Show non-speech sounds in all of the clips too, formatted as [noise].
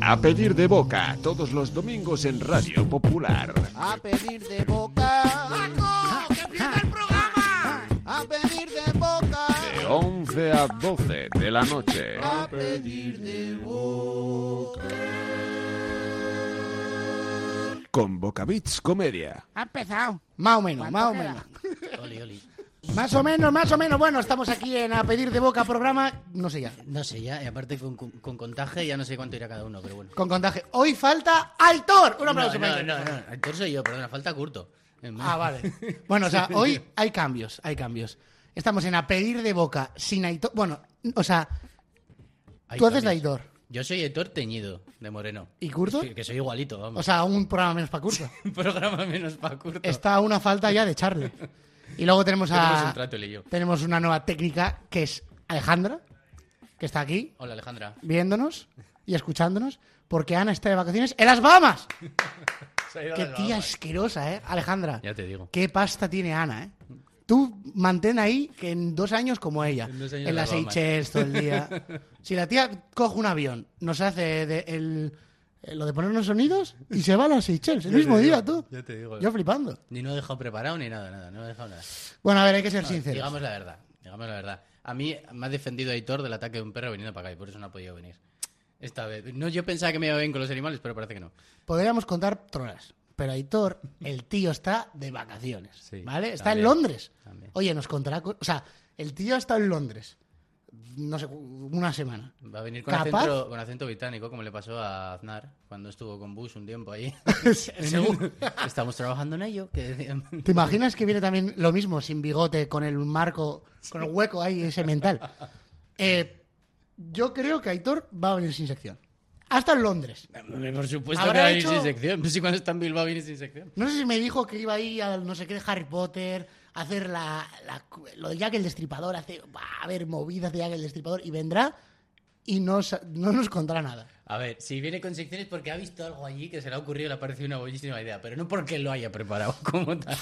A pedir de boca todos los domingos en Radio Popular. A pedir de boca. ¡Paco! ¡Que empieza el programa! A pedir de boca. De 11 a 12 de la noche. A pedir de boca. Con Bocavits Comedia. Ha empezado. Más o menos, más o queda? menos. Más o menos, más o menos. Bueno, estamos aquí en A pedir de boca programa, no sé ya, No sé, ya, y aparte con, con, con contaje ya no sé cuánto irá cada uno, pero bueno. con contaje. Hoy falta Aitor. Un No, aplauso para no, Aitor. no, no, actor soy yo, perdona, falta curto. Ah, vale. Bueno, o sea, hoy hay cambios, hay cambios. Estamos en A pedir de boca sin Aitor. Bueno, o sea, tú haces de Aitor. Yo soy Aitor teñido, de moreno. ¿Y curto? Que, que soy igualito, vamos. O sea, un programa menos para curso. [laughs] un programa menos para curto. Está a una falta ya de Charlie. Y luego tenemos Tenemos un a. trato, él y yo. Tenemos una nueva técnica que es Alejandra, que está aquí Hola, Alejandra. viéndonos y escuchándonos, porque Ana está de vacaciones en las Bahamas. Se ha ido a Qué las tía Bahamas. asquerosa, ¿eh? Alejandra. Ya te digo. Qué pasta tiene Ana, ¿eh? Tú mantén ahí que en dos años como ella. En dos años en las las Bahamas. Seychelles todo el día. [laughs] si la tía coge un avión, nos hace de- el- eh, lo de ponernos sonidos y se va a las Seychelles. El Ya te mismo digo, día, tú. ya te digo. Yo flipando. Ni no he dejado preparado ni nada, nada, no he dejado nada. Bueno, a ver, hay que ser No, sinceros. Ah, digamos la verdad, digamos la verdad. A mí me ha defendido Aitor del ataque de un perro viniendo para acá y por eso no ha podido venir. Esta vez. No, yo pensaba que me iba bien con los animales, pero parece que no. Podríamos contar trolas, pero Aitor, el tío está de vacaciones, Sí, ¿vale? Está en también, Londres. también. Oye, nos contará... co- O sea, el tío ha estado en Londres, no sé, una semana. Va a venir con ¿Capaz? acento, con acento británico, como le pasó a Aznar cuando estuvo con Bush un tiempo [laughs] ahí. Seguro. Estamos trabajando en ello. Que decían. ¿Te imaginas que viene también lo mismo, sin bigote, con el marco, con el hueco ahí, ese mental? Eh, yo creo que Aitor va a venir sin sección. Hasta en Londres. Por supuesto que ¿Habrá va a venir hecho- sin sección. Pues si cuando está en Bilbao viene sin sección. No sé si me dijo que iba ahí a no sé qué de Harry Potter, a hacer la, la- lo de Jack el Destripador, a hacer- va a haber movidas de Jack el Destripador y vendrá y no, sa- no nos contará nada. A ver, si viene con sección es porque ha visto algo allí que se le ha ocurrido y le ha parecido una buenísima idea, pero no porque lo haya preparado [laughs] como tal.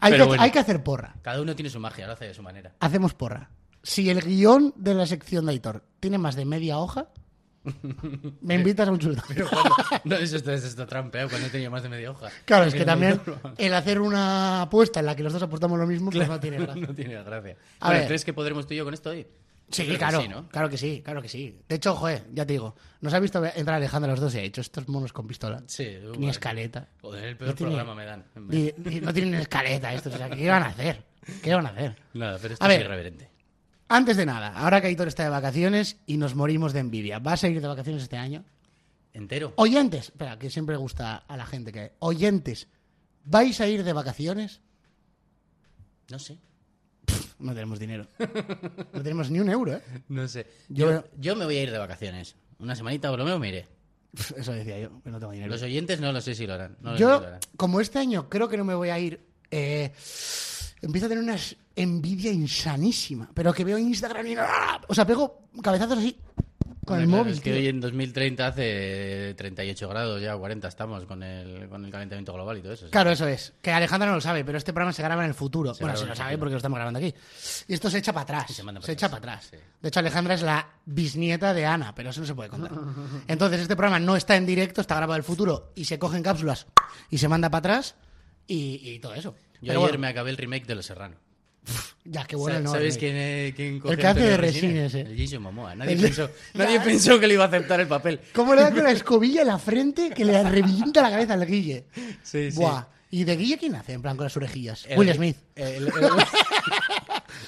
Hay que, Pero bueno. hay que hacer porra. Cada uno tiene su magia, lo hace de su manera. Hacemos porra. Si el guión de la sección de Aitor tiene más de media hoja, Eh, me invitas a un chulo. [laughs] No, eso está, eso está trampeado cuando he tenido más de media hoja. [laughs] Claro, es que también No, no, el hacer una apuesta en la que los dos aportamos lo mismo, pues no tiene [laughs] gracia. no tiene gracia. A Bueno, ver. ¿crees que podremos tú y yo con esto hoy? Sí, Yo creo que claro, sí, ¿no? claro que sí, claro que sí. De hecho, joder, ya te digo, nos ha visto entrar Alejandro a los dos y ha hecho estos monos con pistola. Sí, Ni bueno. escaleta. Joder, el peor No tiene- programa me dan. Ni- ni- no tienen escaleta estos, o sea, ¿qué van a hacer? ¿Qué van a hacer? Nada, pero esto A es ver. irreverente. Antes de nada, ahora que Aitor está de vacaciones y nos morimos de envidia, ¿vas a ir de vacaciones este año? Entero. Oyentes, espera, que siempre gusta a la gente que... Oyentes, ¿vais a ir de vacaciones? No sé. No tenemos dinero. [laughs] No tenemos ni un euro, ¿eh? No sé. Yo- Yo, yo me voy a ir de vacaciones. Una semanita por lo menos me iré. Pf, Eso decía yo, que no tengo dinero. Los oyentes no lo sé si lo harán. No lo sé si yo, lo harán. como este año creo que no me voy a ir, eh, empiezo a tener una s- envidia insanísima. Pero que veo Instagram y... ¡ah! O sea, pego cabezazos así con Hombre, el claro, móvil. Es que tío. hoy en 2030 hace 38 grados, ya 40 estamos con el, con el calentamiento global y todo eso. o sea. Claro, eso es. Que Alejandra no lo sabe, pero este programa se graba en el futuro. Se bueno, graba se en lo el sabe futuro. porque lo estamos grabando aquí. Y esto se echa para atrás. se Se, manda para echa atrás, para atrás. sí. De hecho, Alejandra es la bisnieta de Ana, pero eso no se puede [laughs] contar. Entonces, este programa no está en directo, está grabado en el futuro y se cogen cápsulas y se manda para atrás y, y todo eso. Yo Pero ayer bueno, me acabé el remake de Los Serrano. Ya, qué bueno el nombre. ¿Sabes quién, eh, quién cogió El que hace Antonio de Resines, eh. El Jason Momoa. Nadie, El- [laughs] pensó, nadie pensó que le iba a aceptar el papel. ¿Cómo le da con la escobilla en la frente que le revienta la cabeza al Guille? [laughs] Sí, sí. Buah. ¿Y de Guille quién hace? En plan, con las orejillas. El- Will Smith. El,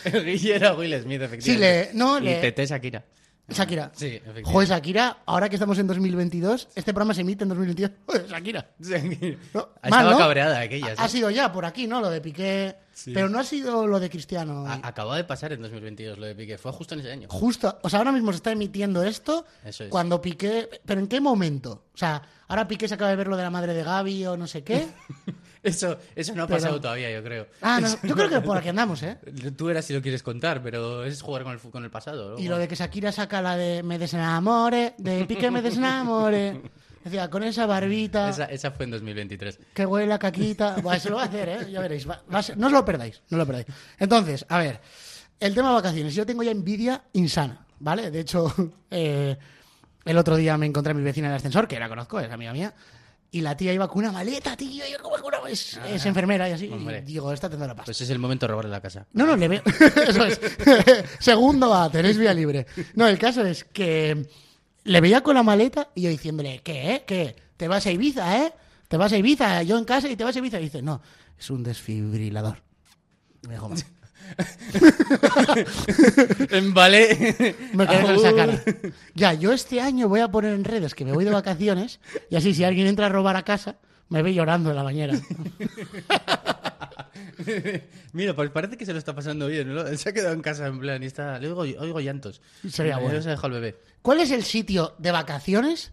el- [laughs] el Guille era Will Smith, efectivamente. Sí, le- no, y le- Tete Shakira. Shakira. Sí, efectivamente. Joder, Shakira, ahora que estamos en 2022, este programa se emite en 2022. [laughs] Joder, Shakira. Shakira. No, mal, Estaba ¿no? Ah, cabreada eh, aquella. ¿sí? Ha sido ya por aquí, ¿no? Lo de Piqué. Sí. Pero no ha sido lo de Cristiano. A- acababa de pasar en 2022 lo de Piqué. Fue justo en ese año. Justo, o sea, ahora mismo se está emitiendo esto Eso es. cuando Piqué. ¿Pero en qué momento? O sea, ahora Piqué se acaba de ver lo de la madre de Gaby o no sé [laughs] qué. Eso, eso no ha Pero- pasado todavía, yo creo. Ah, no, Eso yo creo que por aquí andamos, ¿eh? Tú eras si lo quieres contar, pero es jugar con el, fu- con el pasado. ¿no? Y lo de que Shakira saca la de Me desenamore, de Piqué me [laughs] desenamore. Decía, con esa barbita, esa, esa fue en 2023. que huele a caquita. [laughs] Buah, eso lo va a hacer, ¿eh? Ya veréis. va- va a ser- no os lo perdáis, no lo perdáis. Entonces, a ver, el tema de vacaciones. Yo tengo ya envidia insana, ¿vale? De hecho, [laughs] eh, El otro día me encontré a mi vecina en el ascensor, que la conozco, es amiga mía, y la tía iba con una maleta, tío, y yo, ¿cómo es que una- es, es enfermera y así. Hombre. Y digo, esta tendrá la pasta. Pues es el momento de robarle [laughs] la casa. No, no, le veo. Eso es. [laughs] Segundo va, tenéis vía libre. No, el caso es que le veía con la maleta y yo diciéndole, ¿qué? ¿Qué? ¿Te vas a Ibiza, eh? ¿Te vas a Ibiza? Yo en casa y te vas a Ibiza. Y dice, no, es un desfibrilador. Me dijo, "Vale". vale. me quedé [laughs] con esa Aún. cara. Ya, yo este año voy a poner en redes que me voy de vacaciones y así si alguien entra a robar a casa, me ve llorando en la bañera. [laughs] Mira, pues parece que se lo está pasando bien. ¿no? [laughs] Se ha quedado en casa en plan y está. Le oigo, oigo llantos. Sería Eh, bueno. Se ha dejado el bebé. ¿Cuál es el sitio de vacaciones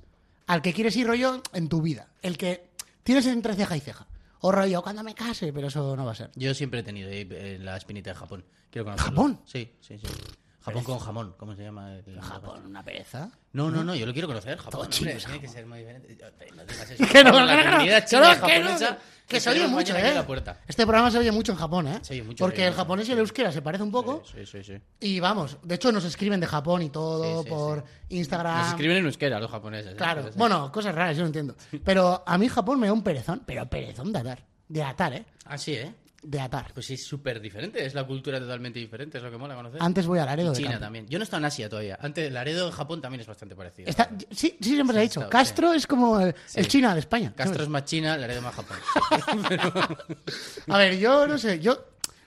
al que quieres ir rollo en tu vida? El que tienes entre ceja y ceja. O rollo, cuando me case, pero eso no va a ser. Yo siempre he tenido ahí, eh, la espinita de Japón. Quiero conocerlo. ¿Japón? Sí, sí, sí. Japón con jamón, ¿cómo se llama? el- Japón, una pereza. No, no, no, yo lo quiero conocer. Japón, Todo hombre, chino tiene es que ser muy diferente. Yo- eh, no digas eso. [laughs] [laughs] Que no, Japón, la no, no, no. comunidad Que china no, que no, japonesa, que se oye tenemos mucho, mañana aquí ¿eh? en la puerta. Este programa se oye mucho en Japón, ¿eh? Se oye mucho, Porque se oye el mucho. japonés y el euskera se parecen un poco. Sí, sí, sí. Y vamos, de hecho nos escriben de Japón y todo Sí, sí, por Instagram. Nos escriben en euskera los japoneses. ¿eh? Claro, Cosas así. bueno, cosas raras, yo no entiendo. Pero a mí Japón me da un perezón, pero perezón de atar. De atar, ¿eh? Ah, sí, ¿eh? De atar. Pues sí, es súper diferente. Es la cultura totalmente diferente. Es lo que mola conocer. Antes voy a Pues, Y Laredo de China campo. también. Yo no he estado en Asia todavía. Antes, Laredo en Japón también es bastante parecido. Está, sí, sí, siempre se ha dicho. está, Castro es como el, el Sí. China de España. ¿sabes? Castro es más China, Laredo más [laughs] Japón. A ver, yo no sé, yo...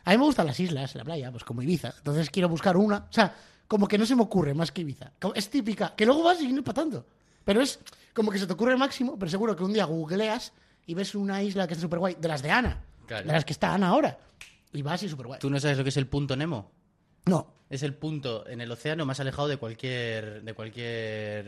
A mí me gustan las islas, la playa, pues como Ibiza. Entonces quiero buscar una. O sea, como que no se me ocurre más que Ibiza. Como- Es típica. Que luego vas y no es para tanto. Pero es como que se te ocurre el máximo, pero seguro que un día googleas y ves una isla que está súper guay. De las de Ana. Claro. De las que está Ana ahora. Y vas y súper guay. ¿Tú no sabes lo que es el punto Nemo? No. Es el punto en el océano más alejado de cualquier de cualquier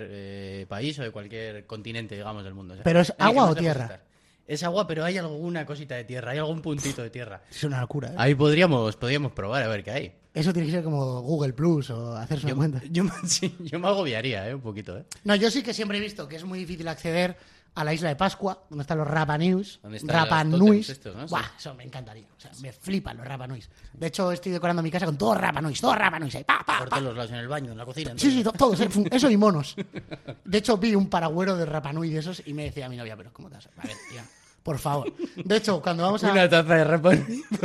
eh, país o de cualquier continente, digamos, del mundo. O sea, ¿Pero es en el que agua o más lejos tierra? estar. Es agua, pero hay alguna cosita de tierra, hay algún puntito [laughs] de tierra. Es una locura, ¿eh? Ahí podríamos, podríamos probar a ver qué hay. Eso tiene que ser como Google Plus o hacerse una Yo, cuenta. yo me- [laughs] sí, yo me agobiaría, ¿eh? Un poquito, ¿eh? No, yo sí que siempre he visto que es muy difícil acceder a la isla de Pascua, donde están los Rapa News. Donde están Rapa los Nuis. tótems estos, ¿no? Buah, eso me encantaría. O sea, me flipan los Rapa Nuis. De hecho, estoy decorando mi casa con todos Rapa Nuis, todos Rapa Nuis. Ahí, pa, pa, Por pa. todos los lados, en el baño, en la cocina. en Sí, sí, todo. to- todos. eh, fum, Eso [laughs] y monos. De hecho, vi un paragüero de Rapa Nui de esos y me decía a mi novia, pero ¿cómo te vas a...? A ver, tía, por favor. De hecho, cuando vamos a... [laughs] Una taza de repón. [laughs]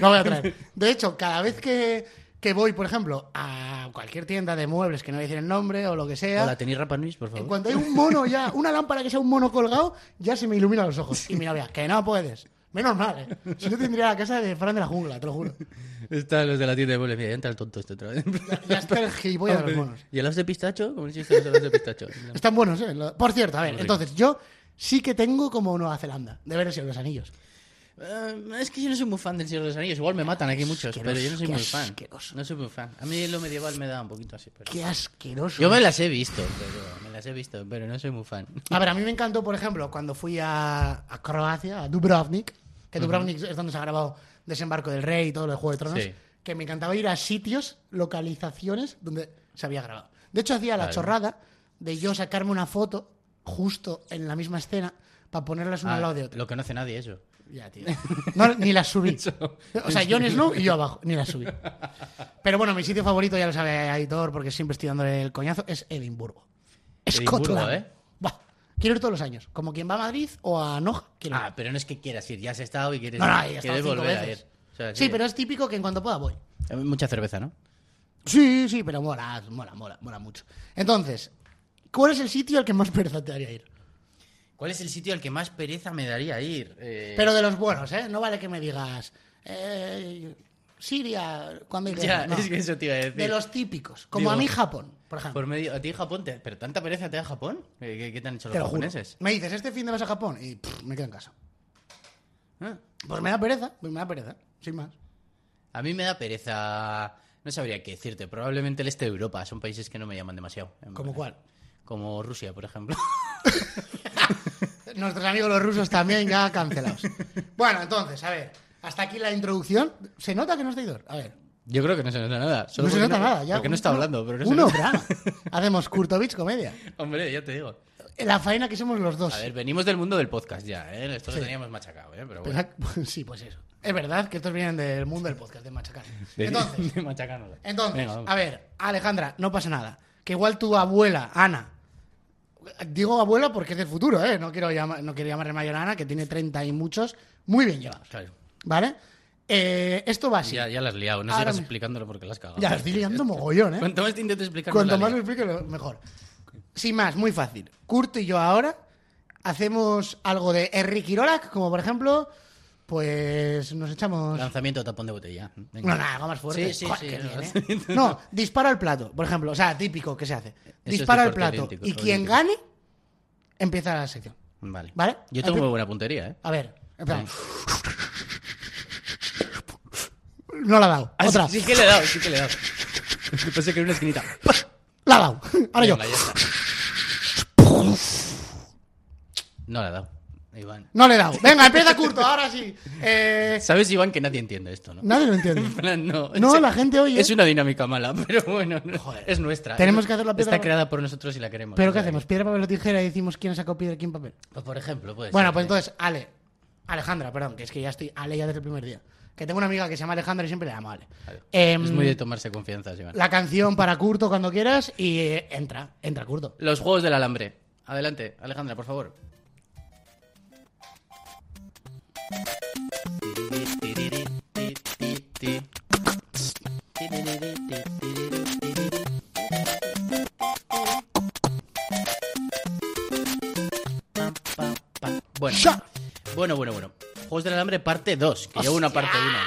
No voy a traer. De hecho, cada vez que, que voy, por ejemplo, a cualquier tienda de muebles que no voy a decir el nombre o lo que sea, Hola, ¿tenéis Rapa Nuis, por en favor? cuanto hay un mono ya, una lámpara que sea un mono colgado, ya se me iluminan los ojos. Y mi novia, que no puedes. Menos mal, ¿eh? Si no tendría la casa de Fran de la jungla, te lo juro. Están los de la tienda de muebles. Mira, ya entra el tonto este otra vez. [laughs] Ya está el gilipollas de los monos. ¿Y helados de pistacho? ¿Cómo les hiciste los helados de pistacho? Están buenos, ¿eh? Lo- Por cierto, a ver, Muy rico. entonces yo sí que tengo como Nueva Zelanda, de ver los anillos. Eh, es que yo no soy muy fan del Señor de los Anillos. Igual me matan aquí muchos, Asqueroso, pero yo no soy qué muy fan. asqueroso. No soy muy fan. A mí lo medieval me da un poquito así. Pero... Qué asqueroso. Yo me las he visto, pero me las he visto, pero no soy muy fan. A ver, a mí me encantó, por ejemplo, cuando fui a, a Croacia, a Dubrovnik, que Dubrovnik es donde se ha grabado Desembarco del Rey y todo lo de Juego de Tronos, Sí. que me encantaba ir a sitios, localizaciones donde se había grabado. De hecho, hacía la Vale. chorrada de yo sacarme una foto justo en la misma escena para ponerlas una Ah, al lado de otra. Lo que no hace nadie, eso. Ya, tío. No, ni las [laughs] subí. O sea, yo en Snow y yo abajo, ni las subí. Pero bueno, mi sitio favorito, ya lo sabe Aitor, porque siempre estoy dándole el coñazo, es Edimburgo. Edimburgo, Scotland. ¿eh? Buah, quiero ir todos los años. Como quien va a Madrid o a Noja, quiero ir. Ah, pero no es que quieras ir, ya has estado y quieres, No, no, he estado quieres cinco volver a veces. ir. O sea, sí, pero es típico que en cuanto pueda voy. Eh, Mucha cerveza, ¿no? Sí, sí, pero mola, mola, mola, mola mucho. Entonces, ¿cuál es el sitio al que más pereza te haría ir? Eh. ¿Cuál es el sitio al que más pereza me daría ir? Eh, Pero de los buenos, ¿eh? No vale que me digas... eh, Siria, cuando hay [laughs] Ya, guerra, no. es que eso te iba a decir. De los típicos. Como Digo, a mí Japón, por ejemplo. Por medio, a ti Japón, te- pero tanta pereza te da Japón. eh, ¿Qué, qué- qué te han hecho Te los lo juro. japoneses? Me dices, este fin de vas a Japón y pff, me quedo en casa. Ah. Pues me da pereza, pues me da pereza, sin más. A mí me da pereza. No sabría qué decirte. Probablemente el este de Europa. Son países que no me llaman demasiado. en ¿Como verdad. cuál? Como Rusia, por ejemplo. [laughs] Nuestros amigos los rusos también ya [laughs] cancelados. bueno, entonces, a ver, hasta aquí la introducción. ¿Se nota que no estoy dor? A ver, Yo creo que no se nota nada. Solo no se porque nota nada. Ya Porque un- no está hablando, pero no se Uno, nota. drama. Hacemos Kurtovich comedia. [laughs] Hombre, ya te digo. La faena que somos los dos. A ver, venimos del mundo del podcast ya, ¿eh? Esto Sí. lo teníamos machacado, ¿eh? Pero [laughs] bueno. Pensa- sí, pues eso. Es verdad que estos vienen del mundo del podcast, de machacar. [laughs] De- Entonces, de machacarnos. Entonces, Venga, vamos. a ver, Alejandra, no pasa nada. que igual tu abuela, Ana, digo abuela porque es del futuro, ¿eh? No quiero, llamar, no quiero llamarle mayor a Ana, que tiene 30 y muchos, muy bien llevados, Claro. ¿vale? Eh, esto va así. Ya, Ya, ya la has liado, no Ahora sigas me- explicándolo porque la has cagado. estoy liando mogollón, ¿eh? Cuanto más te intento explicar, Cuanto la más lo lío. explique, lo mejor. Sin más, muy fácil. Curto y yo ahora hacemos algo de Henry Kirolak, como por ejemplo, pues nos echamos. Lanzamiento tapón de botella. Venga. No, nada, algo más fuerte. Sí, sí, Joder, sí, qué no, bien, sí. ¿eh? [laughs] No, dispara al plato, por ejemplo. O sea, típico que se hace. es Dispara al deporte plato. olímpico, y quien olímpico. gane, empieza la sección. Vale. Vale. Yo tengo Al- muy buena puntería, ¿eh? A ver, en plan. No la ha dado. Ah, Otra. Sí, sí que le he dado, sí que le he dado. [laughs] Pensé que era una esquinita. La ha dado. [laughs] Ahora yo. Venga, ya está. No la he dado. Iván. No le he dado. Venga, empieza curto, ahora sí. Eh, Sabes, Iván, que nadie entiende esto, ¿no? nadie lo entiende. [laughs] En plan, No, en No, serio. la gente oye. Es una dinámica mala, [laughs] pero bueno, no, es nuestra. Tenemos que hacer la piedra- Está creada por nosotros y la queremos. ¿Pero O qué sea, hacemos? ¿Piedra, papel o tijera? Y decimos quién sacó piedra y quién papel. Pues por ejemplo, pues. Bueno, pues entonces, Ale. Alejandra, perdón, que es que ya estoy Ale ya desde el primer día. Que tengo una amiga que se llama Alejandra y siempre le llamo Ale. Em, Es muy de tomarse confianza, Iván. La canción para Curto cuando quieras y eh, entra, entra Curto. Los juegos del alambre. Adelante, Alejandra, por favor. Bueno, ¡Sha! bueno, bueno, bueno. Juegos del alambre parte 2, que llevo una parte 1.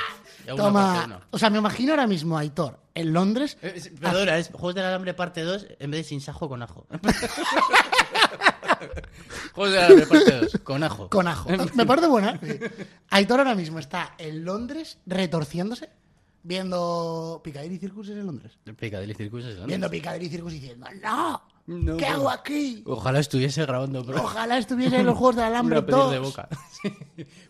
Llevo una parte uno. Toma. O sea, me imagino ahora mismo a Aitor en Londres. Eh, es- Perdona, es Juegos del Alambre parte 2 en vez de sin sajo con ajo. [laughs] Juegos del Alambre parte 2, con ajo. Con [laughs] ajo. Me parece buena. ¿eh? sí. Aitor ahora mismo está en Londres retorciéndose, viendo Piccadilly Circus es en Londres. Piccadilly Circus es Londres. Viendo Piccadilly Circus y diciendo, ¡No! No, ¿Qué bueno. hago [laughs] aquí? Ojalá estuviese grabando, pero. Ojalá estuviese en los Juegos del Alambre [laughs] Una pedir todos. de boca. [laughs] Sí.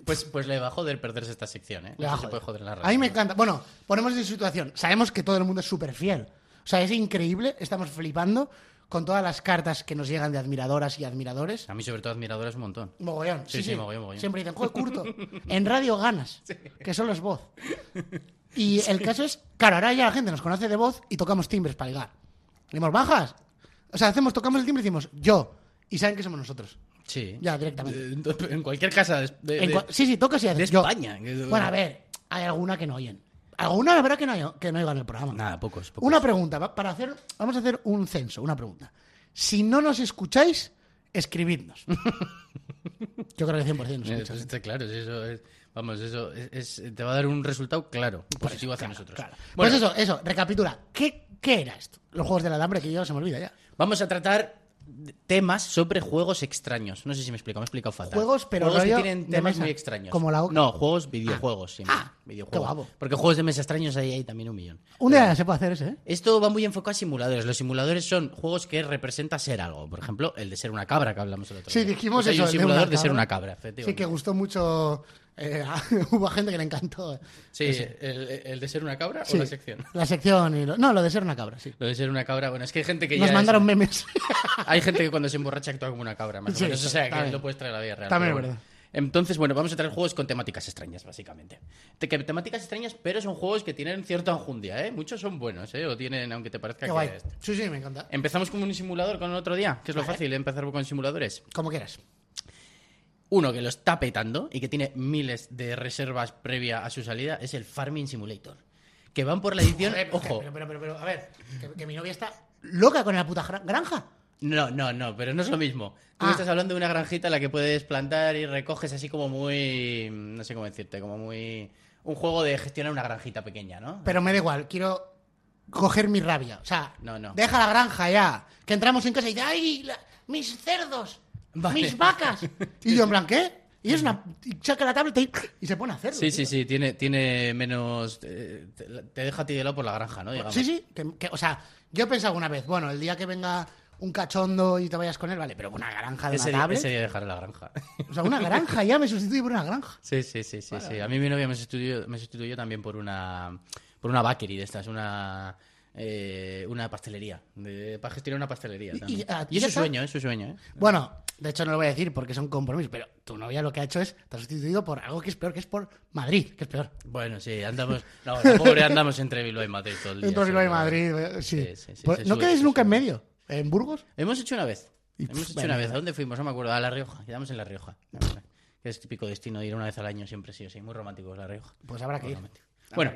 pues, pues le va a joder perderse esta sección, ¿eh? Le va No a se joder. puede joder la radio. A mí me encanta. Bueno, ponemos en situación. Sabemos que todo el mundo es súper fiel. O sea, es increíble. Estamos flipando con todas las cartas que nos llegan de admiradoras y admiradores. A mí, sobre todo, admiradora es un montón. Mogollón. Sí, Sí, sí, mogollón, mogollón. Siempre dicen, joder, [laughs] curto. En radio ganas, que solo es voz. Y el caso es, claro, ahora ya la gente nos conoce de voz y tocamos timbres para ligar. Decimos, bajas. O sea, hacemos, tocamos el timbre y decimos, yo. Y saben que somos nosotros. Sí. Ya, directamente. Eh, En, cualquier casa. de- de- En de- cua- sí, sí, tocas y de haces yo. España. que- Bueno, a ver, hay alguna que no oyen. Alguna, la verdad, que no, hay- que no oigan el programa. Nada, pues, pocos. pocos. Una pregunta, va- para hacer, vamos a hacer un censo, una pregunta. Si no nos escucháis, [laughs] escribidnos. Yo creo que 100% nos Eh, escuchan. pues está claro, si eso es. Vamos, eso es, es- te va a dar un resultado claro, positivo hacia nosotros. Claro. Bueno, pues eso, eso, recapitula. ¿Qué, ¿Qué era esto? Los juegos del alambre que yo se me olvida ya. vamos a tratar de- temas sobre juegos extraños. No sé si me explico, me he explicado fatal. Juegos, pero juegos que rollo tienen de temas mesa, muy extraños. como la oca. No, juegos, videojuegos. siempre. Ah, videojuegos. qué guapo. Porque juegos de mesa extraños hay ahí también un millón. Un día se puede hacer ese, ¿eh? Esto va muy enfocado a simuladores. Los simuladores son juegos que representa ser algo. Por ejemplo, el de ser una cabra que hablamos el otro Sí, día. dijimos Pues hay eso. un el de simulador una de ser cabra. una cabra, Sí, que efectivamente. gustó mucho. eh, [laughs] a- hubo gente que le encantó. eh. Sí, el, el de ser una cabra Sí, o la sección. La sección y lo- No, lo de ser una cabra, sí. Lo de ser una cabra, bueno, es que hay gente que ya. Nos es- mandaron [laughs] memes. Hay gente que cuando se emborracha actúa como una cabra, más Sí, o menos. O sea, también. que lo puedes traer a la vida real. También pero es bueno. verdad. Entonces, bueno, vamos a traer juegos con temáticas extrañas, básicamente. Te- que- Temáticas extrañas, pero son juegos que tienen cierta enjundia, ¿eh? Muchos son buenos, ¿eh? O tienen, aunque te parezca Qué que... guay. es- Sí, sí, me encanta. Empezamos con un simulador con el otro día, que es lo fácil, ¿eh? empezar con simuladores. Como Eh, quieras. Uno que lo está petando y que tiene miles de reservas previa a su salida es el Farming Simulator. Que van por la edición... Joder, pero- Ojo, Pero, pero, pero, pero, a ver, que, que mi novia está loca con la puta gra- granja. No, no, no, pero no es lo mismo. Tú Ah. estás hablando de una granjita en la que puedes plantar y recoges así como muy. No sé cómo decirte, como muy. Un juego de gestionar una granjita pequeña, ¿no? Pero me da igual, quiero coger mi rabia. O sea, No, no. deja la granja ya. Que entramos en casa y dice, ¡ay, la- mis cerdos! Vale. ¡Mis [laughs] vacas! Y yo, en plan, ¿qué? Y es una. y saca la tableta y, y se pone a hacerlo. Sí, tío. sí, sí, tiene, tiene menos. eh, Te, te deja a ti de lado por la granja, ¿no? Digamos. Sí, sí. que- que- o sea, yo he pensado una vez, bueno, el día que venga un cachondo y te vayas con él, vale, pero una granja de Ese, una día- tablet. ese día dejar la granja. [laughs] O sea, una granja ya me sustituye por una granja. Sí, sí, sí, sí, sí. A mí mi novia me sustituyó, me sustituyó también por una por una bakery de estas, una eh, una pastelería, de- para gestionar una pastelería. Y- y- también. ah, Y, es ya su está. sueño, es su sueño, ¿eh? Bueno, De hecho, no lo voy a decir porque son compromisos, pero tu novia lo que ha hecho es te ha sustituido por algo que es peor, que es por Madrid, que es peor. Bueno, sí, andamos. No, la pobre andamos entre Bilbao y Madrid todo el día. Entonces no hay sí, Madrid, eh, sí. Sí, sí, sí, Pues, se ¿No sube, quedáis se nunca en sube. medio? ¿En Burgos? Hemos hecho una vez. Y, Hemos pff, hecho vale, una vez. vale. ¿A dónde fuimos? No me acuerdo. A La Rioja. Quedamos en La Rioja. La verdad. Que es típico destino de ir una vez al año, siempre sí o sí. Muy romántico La Rioja. Pues habrá que ir. Obviamente. Bueno,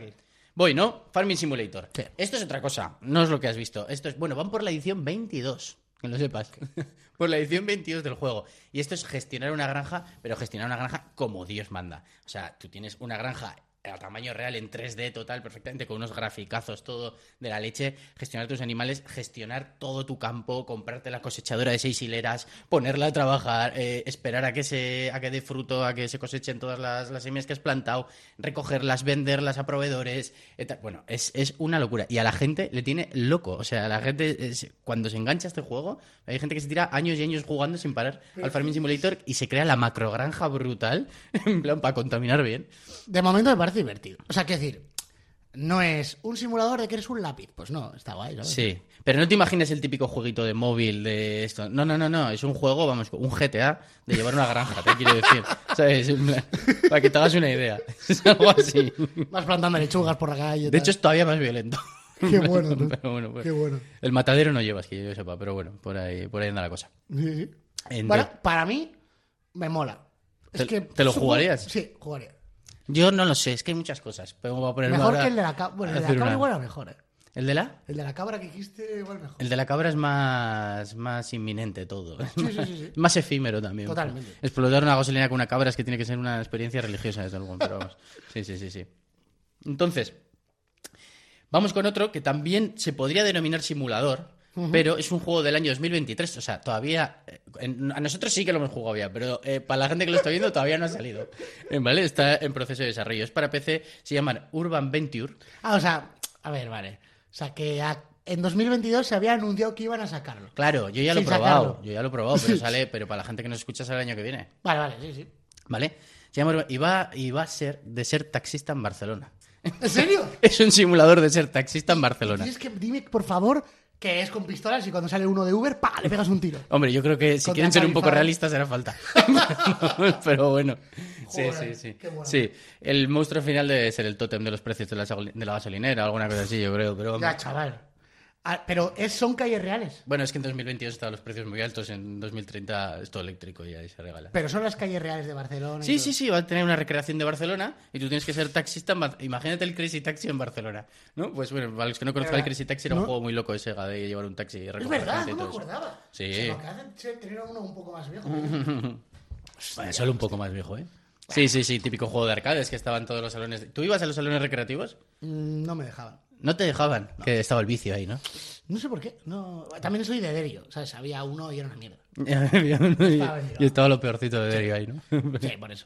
voy, ¿no? Farming Simulator. Sí. Esto es otra cosa, no es lo que has visto. Esto es, bueno, van por la edición 22, que lo sepas. [laughs] por la edición 22 del juego. Y esto es gestionar una granja, pero gestionar una granja como Dios manda. O sea, tú tienes una granja a tamaño real en 3D total, perfectamente, con unos graficazos, todo de la leche, gestionar tus animales, gestionar todo tu campo, comprarte la cosechadora de seis hileras, ponerla a trabajar, eh, esperar a que se, a que dé fruto, a que se cosechen todas las, las semillas que has plantado, recogerlas, venderlas a proveedores, eh, tal. bueno, es, es una locura. Y a la gente le tiene loco. O sea, a la gente es- cuando se engancha a este juego, hay gente que se tira años y años jugando sin parar al Farming Simulator y se crea la macrogranja brutal, [laughs] en plan para contaminar bien. De momento me parece divertido. O sea, quiero decir, no es un simulador de que eres un lápiz. Pues no, está guay, ¿sabes? Sí, pero no te imagines el típico jueguito de móvil de esto. No, no, no, no, es un juego, vamos, un GTA de llevar una granja, te quiero decir. [laughs] ¿Sabes? En plan, Para que te hagas una idea. [laughs] Es algo así. Vas plantando lechugas por la calle. De tal. hecho, es todavía más violento. [laughs] Qué bueno, ¿no? [laughs] Pero bueno, pues, Qué bueno. El matadero no llevas, que yo sepa, pero bueno, por ahí, por ahí anda la cosa. Sí, sí. Ente- Bueno, para mí, me mola. Es ¿Te- que te lo supongo- jugarías? Sí, jugaría. Yo no lo sé, es que hay muchas cosas. Pero voy a ponerme Mejor ahora que el de la cabra. Bueno, el a de la hacer cabra una- igual era mejor, ¿eh? ¿El de la? El de la cabra que dijiste igual mejor. El de la cabra es más, más inminente todo. ¿eh? Sí, sí, sí, sí. [laughs] más efímero también. Totalmente. Explotar una gasolina con una cabra es que tiene que ser una experiencia religiosa, desde luego. Pero vamos. Sí, sí, sí, sí. Entonces, vamos con otro que también se podría denominar simulador, pero es un juego del año 2023. O sea, todavía. eh, en- a nosotros sí que lo hemos jugado ya, pero eh, para la gente que lo está viendo todavía no [laughs] ha salido. Eh, ¿Vale? Está en proceso de desarrollo. Es para PC, se llaman Urban Venture. Ah, o sea, a ver, vale. O sea, que a- en 2022 se había anunciado que iban a sacarlo. Claro, yo ya lo he Sin probado. sacarlo. Yo ya lo he probado, [laughs] pero sale, pero para la gente que nos escucha sale el año que viene. Vale, vale, sí, sí. ¿Vale? Se llama Urban- y va, y va a ser de ser taxista en Barcelona. [laughs] ¿En serio? Es un simulador de ser taxista en Barcelona. Tienes que dime, por favor, que es con pistolas y cuando sale uno de Uber, ¡pa! le pegas un tiro. Hombre, yo creo que si Con quieren ser un poco Tarzán. realistas hará falta. [laughs] Pero bueno. Sí, sí, Joder, sí. qué bueno. Sí, el monstruo final debe ser el tótem de los precios de la, sagol- de la gasolinera, alguna cosa así, yo creo. Pero Ya, chaval. Ah, pero es, son calles reales. bueno, es que en 2022 estaban los precios muy altos, en 2030 es todo eléctrico y ahí se regala. Pero son las calles reales de Barcelona. y Sí, todo. sí, sí, va a tener una recreación de Barcelona y tú tienes que ser taxista. en Bar- Imagínate el Crazy Taxi en Barcelona, ¿no? Pues bueno, para los que no conozcan el verdad. Crazy Taxi, era un No. juego muy loco de Sega de llevar un taxi y Es recoger verdad, gente y no me todo eso. acordaba. Sí. O sea, lo que hacen es tener a uno un poco más viejo. Bueno, solo un poco más viejo, ¿eh? Sí, sí, sí, típico juego de arcades que estaban todos los salones. de- ¿Tú ibas a los salones recreativos? Mm, no me dejaban. No te dejaban, que estaba el vicio ahí, ¿no? No sé por qué. No, también soy de Derio. ¿sabes? Había uno y era una mierda. [laughs] y estaba lo peorcito de Derio ahí, ¿no? [laughs] Sí, por eso.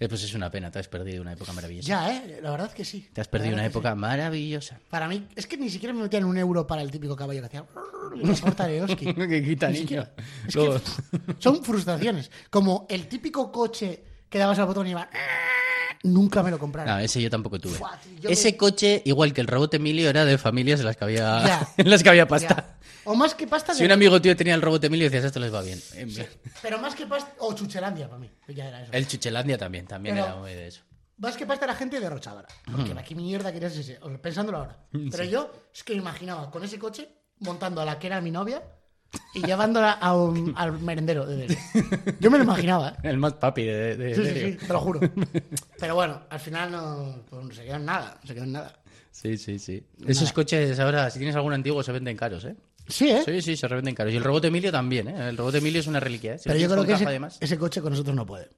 Eh, Pues es una pena, te has perdido una época maravillosa. Ya, ¿eh? La verdad que sí. Te has La perdido verdad una que sí. [laughs] época maravillosa. Para mí, es que ni siquiera me metían un euro para el típico caballo que hacía. [laughs] La torta de Eroski. que quita Ni siquiera. Es que [laughs] son frustraciones. Como el típico coche que dabas al botón y iba. "Ah", Nunca me lo compraron. No, Ah, ese yo tampoco tuve. Fua, tío, yo ese me- coche, igual que el robot Emilio, era de familias en las que había, Ya. Ah, [laughs] en las que había Ya. pasta. O más que pasta. Si de- un amigo tío tenía el robot Emilio, decías, esto les va bien. Eh, En plan, Pero más que pasta. O Chuchelandia para mí. Ya era eso. El Chuchelandia también, también Pero- era muy de eso. Más que pasta era gente derrochadora. Porque ¿para qué mierda querías ese? O sea, Pensándolo ahora. Pero yo es que imaginaba con ese coche montando a la que era mi novia y llevándola a [laughs] un- al merendero de Derio. Yo me lo imaginaba. ¿eh? El más papi de, de- Sí, de- sí, sí, te lo [laughs] juro. Pero bueno, al final no, pues, no se quedó en nada. no se quedó en nada. sí, sí, sí. Esos coches ahora, si tienes algún antiguo, se venden caros, ¿eh? Sí, ¿eh? Sí, sí, se revenden caros. Y el robot Emilio también, ¿eh? El robot Emilio es una reliquia, ¿eh? Si lo Pero yo tienes creo con que caja, ese, además, ese coche con nosotros no puede.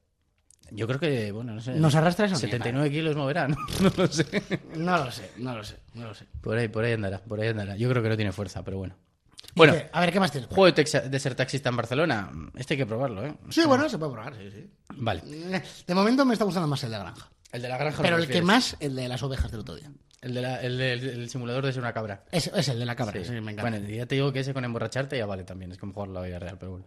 yo creo que, bueno, no sé. Nos arrastra esa mierda. 79 kilos moverá, [laughs] ¿no? No lo sé. No lo sé, no lo sé, no lo sé. Por ahí, por ahí andará, por ahí andará. Yo creo que no tiene fuerza, pero bueno. ¿Y Bueno, qué? a ver, ¿qué más tienes? Juego de, texa- de ser taxista en Barcelona. Este hay que probarlo, ¿eh? Sí, bueno, se puede probar, sí, sí. Vale. De momento me está gustando más el de la granja. El de la granja. Pero ¿no el que prefieres? más, el de las ovejas del otro día. El, de la- el de- el- el simulador de ser una cabra. Es, es el de la cámara, sí, me encanta. Bueno, ya te digo que ese con emborracharte ya vale también. Es como jugar la vida real, pero bueno.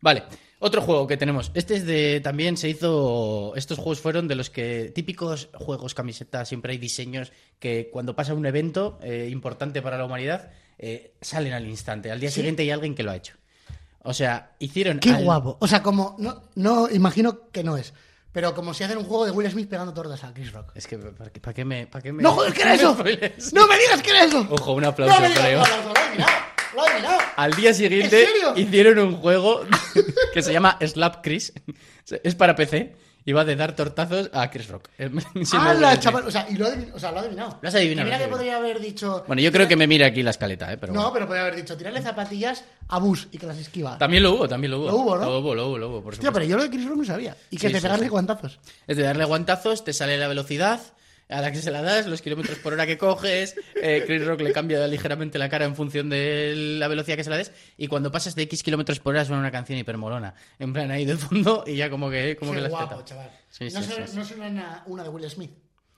Vale, otro juego que tenemos. Este es de. También se hizo. Estos juegos fueron de los que. Típicos juegos, camisetas, siempre hay diseños que cuando pasa un evento eh, importante para la humanidad eh, salen al instante. Al día siguiente hay alguien que lo ha hecho. O sea, hicieron. Qué al- guapo. O sea, como. No, no, imagino que no es. Pero como si hacen un juego de Will Smith pegando tortas a Chris Rock. Es que, ¿para qué, para qué me.? para qué me- ¡No joder, que era [laughs] me eso! spoileas? ¡No me digas que era eso! Ojo, un ¡No aplauso, me digas! creo. ¡Lo he mirado! ¡Lo he mirado! Al día siguiente ¿En serio? hicieron un juego [laughs] que se llama Slap Chris. [laughs] Es para PC y va de dar tortazos a Chris Rock. [laughs] Siendo ¡Hala, adolescente. chaval! O sea, y lo, he adivi- o sea, lo he adivinado. Lo has adivinado, Y Mira lo has que podría haber dicho. Bueno, yo creo que me mira aquí la escaleta, ¿eh? Pero No, bueno. pero podría haber dicho tirarle zapatillas a Bus y que las esquiva. También lo hubo, también lo hubo. Lo hubo, ¿no? Lo hubo, lo hubo, lo hubo, por Hostia, supuesto. pero yo lo de Chris Rock no sabía. Y que Sí, te sí, pegarle sí. guantazos. Es de darle guantazos, te sale la velocidad a la que se la das, los kilómetros por hora que coges, eh, Chris Rock le cambia ligeramente la cara en función de la velocidad que se la des, y cuando pasas de X kilómetros por hora suena una canción hipermolona. En plan ahí de fondo y ya como que, como Qué que la has guapo, petado. chaval. Sí, no, sí, suena, sí, sí. no suena una, una de Will Smith.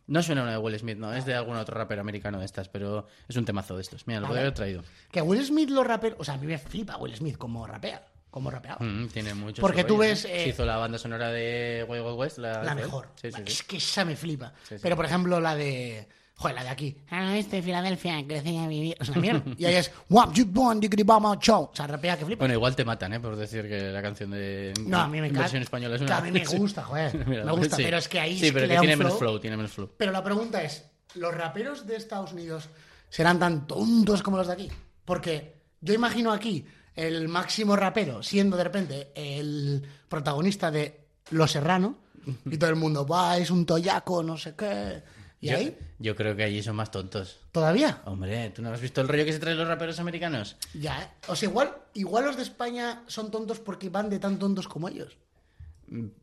No suena una de Will Smith, no, es de algún otro rapero americano de estas, pero es un temazo de estos. Mira, lo Ah, podría vale. haber traído. Que Will Smith lo rapea. O sea, a mí me flipa Will Smith como rapea. Como rapeado. Mm, tiene mucho. Porque su tú rollo, ves, ¿no? eh, Se hizo la banda sonora de Way Wild West, la, La de- mejor. Sí, sí, sí. Es que esa me flipa. Sí, sí. Pero, por ejemplo, la de. Joder, la de aquí. Ah, este Filadelfia, crecí a vivir. Es una [laughs] mierda. y ahí es. What you want, diggity bomb, chow. O sea, rapea que flipa. Bueno, igual te matan, ¿eh? Por decir que la canción de. No, a mí me en encanta. versión española es Que una. a mí me [laughs] Sí. gusta, joder. Mira, me gusta, sí. pero es que ahí Sí, es pero le que da un tiene menos flow, tiene menos flow. Pero la pregunta es, ¿los raperos de Estados Unidos serán tan tontos como los de aquí? Porque yo imagino aquí el máximo rapero siendo de repente el protagonista de Los Serrano y todo el mundo, va, es un toyaco, no sé qué. ¿Y yo, ahí? yo creo que allí son más tontos. ¿Todavía? Hombre, ¿tú no has visto el rollo que se traen los raperos americanos? Ya, ¿eh? O sea, igual, igual los de España son tontos porque van de tan tontos como ellos.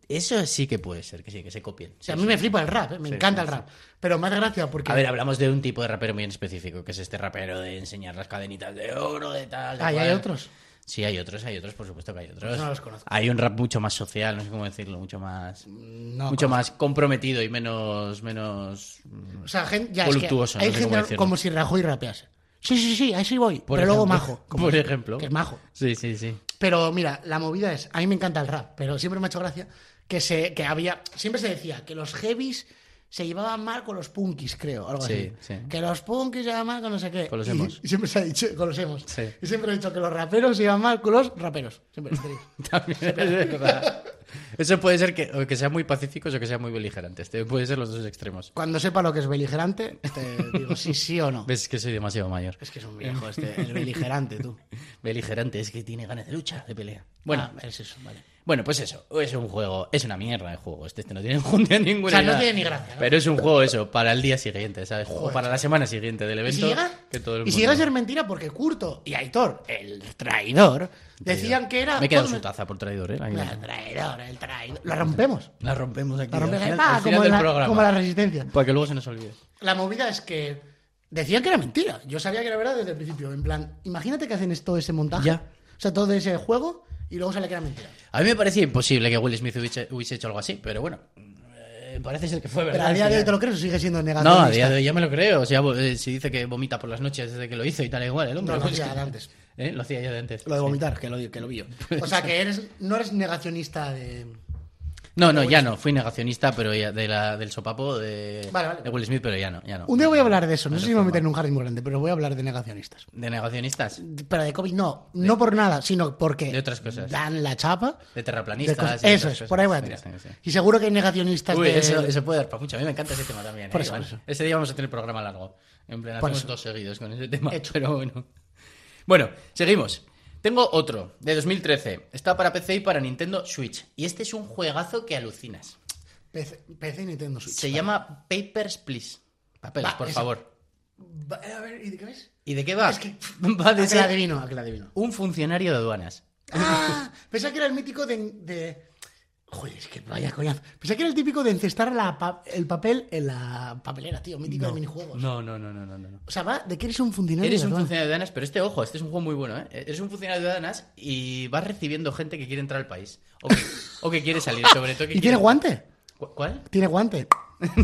Eso sí que puede ser, que sí, que se copien. O sea, a Sí, mí me sí. flipa el rap, ¿eh? me Sí, encanta sí, el rap. Pero más gracia porque... A ver, hablamos de un tipo de rapero muy en específico, que es este rapero de enseñar las cadenitas de oro, de tal. de Ah, ¿y hay cual. otros? Sí, hay otros, hay otros, por supuesto que hay otros. No los conozco. Hay un rap mucho más social, no sé cómo decirlo, mucho más. No, mucho más comprometido y menos. menos O sea, gen- ya, Voluptuoso, es que hay no sé cómo gente decirlo. como si Rajoy rapease. Sí, sí, sí, ahí sí voy. Por pero luego ejemplo. majo. como Por que- ejemplo. Que es majo. Sí, sí, sí. Pero mira, la movida es, a mí me encanta el rap, pero siempre me ha hecho gracia que se que había, siempre se decía que los heavies se llevaban mal con los punkis, creo, algo Sí, así. sí. Que los punkis se llevaban mal con no sé qué. Con los Y- emos. Y, [laughs] siempre se ha dicho, con los emos. Sí. Y siempre he dicho que los raperos se llevan mal con los raperos. Siempre, siempre [laughs] digo. También es verdad. Eso puede ser que, o que sean muy pacíficos o que sean muy beligerantes. Te- Puede ser los dos extremos. Cuando sepa lo que es beligerante, te digo sí, sí o no. Ves que soy demasiado mayor. Es que es un viejo este, es beligerante tú. Beligerante es que tiene ganas de lucha, de pelea. Bueno, Ah, es eso, vale. bueno, pues eso. Es un juego. Es una mierda de juego. Este, este no tiene [laughs] junta ninguna. O sea, no idea. tiene ni gracia, ¿no? Pero es un juego eso, para el día siguiente, ¿sabes? o Joder, para la semana siguiente del ¿Y evento. si, llega, que todo el y si mundo- llega a ser mentira, porque Curto y Aitor, el traidor, decían que era. Me he quedado todo- su taza por traidor, ¿eh? La- El traidor, el traidor. Lo rompemos. La rompemos aquí. Lo rompemos. al final- Ah, al final como, del la, programa. como la resistencia. Para que luego se nos olvide. La movida es que decían que era mentira. Yo sabía que era verdad desde el principio. En plan, imagínate que hacen todo ese montaje. Ya. O sea, todo ese juego y luego sale que era mentira. A mí me parecía imposible que Will Smith hubiese, hubiese hecho algo así, pero bueno, eh, parece ser que fue verdad. Pero al día de hoy final. te lo crees o sigue siendo negado. No, a día de hoy ya me lo creo. O sea, vo- eh, si dice que vomita por las noches desde que lo hizo y tal, igual, el hombre. No, lo Pues es hacía que- de antes. [laughs] ¿Eh? Lo hacía ya de antes. Lo de sí. vomitar, que lo, que lo vi yo. O sea, que eres, no eres negacionista de. [laughs] No, no, ya no. Fui negacionista, pero ya de la, del sopapo de, Vale, vale. de Will Smith, pero ya no, ya no. Un día voy a hablar de eso. No No sé se si me voy a forma. meter en un jardín muy grande, pero voy a hablar de negacionistas. ¿De negacionistas? Pero de COVID no, no por nada, sino porque De otras cosas. dan la chapa. ¿De de terraplanistas? cosas- y de eso otras es, cosas. por ahí voy a Sí, tirar. sí, sí. Y seguro que hay negacionistas Uy, de... eso, eso puede dar para mucho. A mí me encanta ese tema también. ¿eh? Por eso, Iván. por eso. Ese día vamos a tener programa largo. En plan, Por hacemos eso. dos seguidos con ese tema. Hecho. Pero bueno. Bueno, seguimos. Tengo otro, de 2013. Está para PC y para Nintendo Switch. Y este es un juegazo que alucinas. PC, PC y Nintendo Switch. Se Vale. llama Papers, Please. Papeles, Va, por ese- favor. Va- eh, A ver, ¿y de qué ves? ¿Y de qué va? Es [laughs] que- va de A que la ser adivino, a que la [laughs] adivino. un funcionario de aduanas. ¡Ah! Pensaba que era el mítico de... de- Joder, es que vaya coñazo. Pensaba que era el típico de encestar la pa- el papel en la papelera, tío. Mítico de minijuegos. No, no, no, no, no, no. no. O sea, va de que eres un funcionario. Eres de un aduana. funcionario de aduanas, pero este, ojo, este es un juego muy bueno, ¿eh? Eres un funcionario de aduanas y vas recibiendo gente que quiere entrar al país. O que, o que quiere salir, sobre todo. que ¿Y tiene quiere- guante? ¿Cu- ¿Cuál? [laughs] Tiene guante.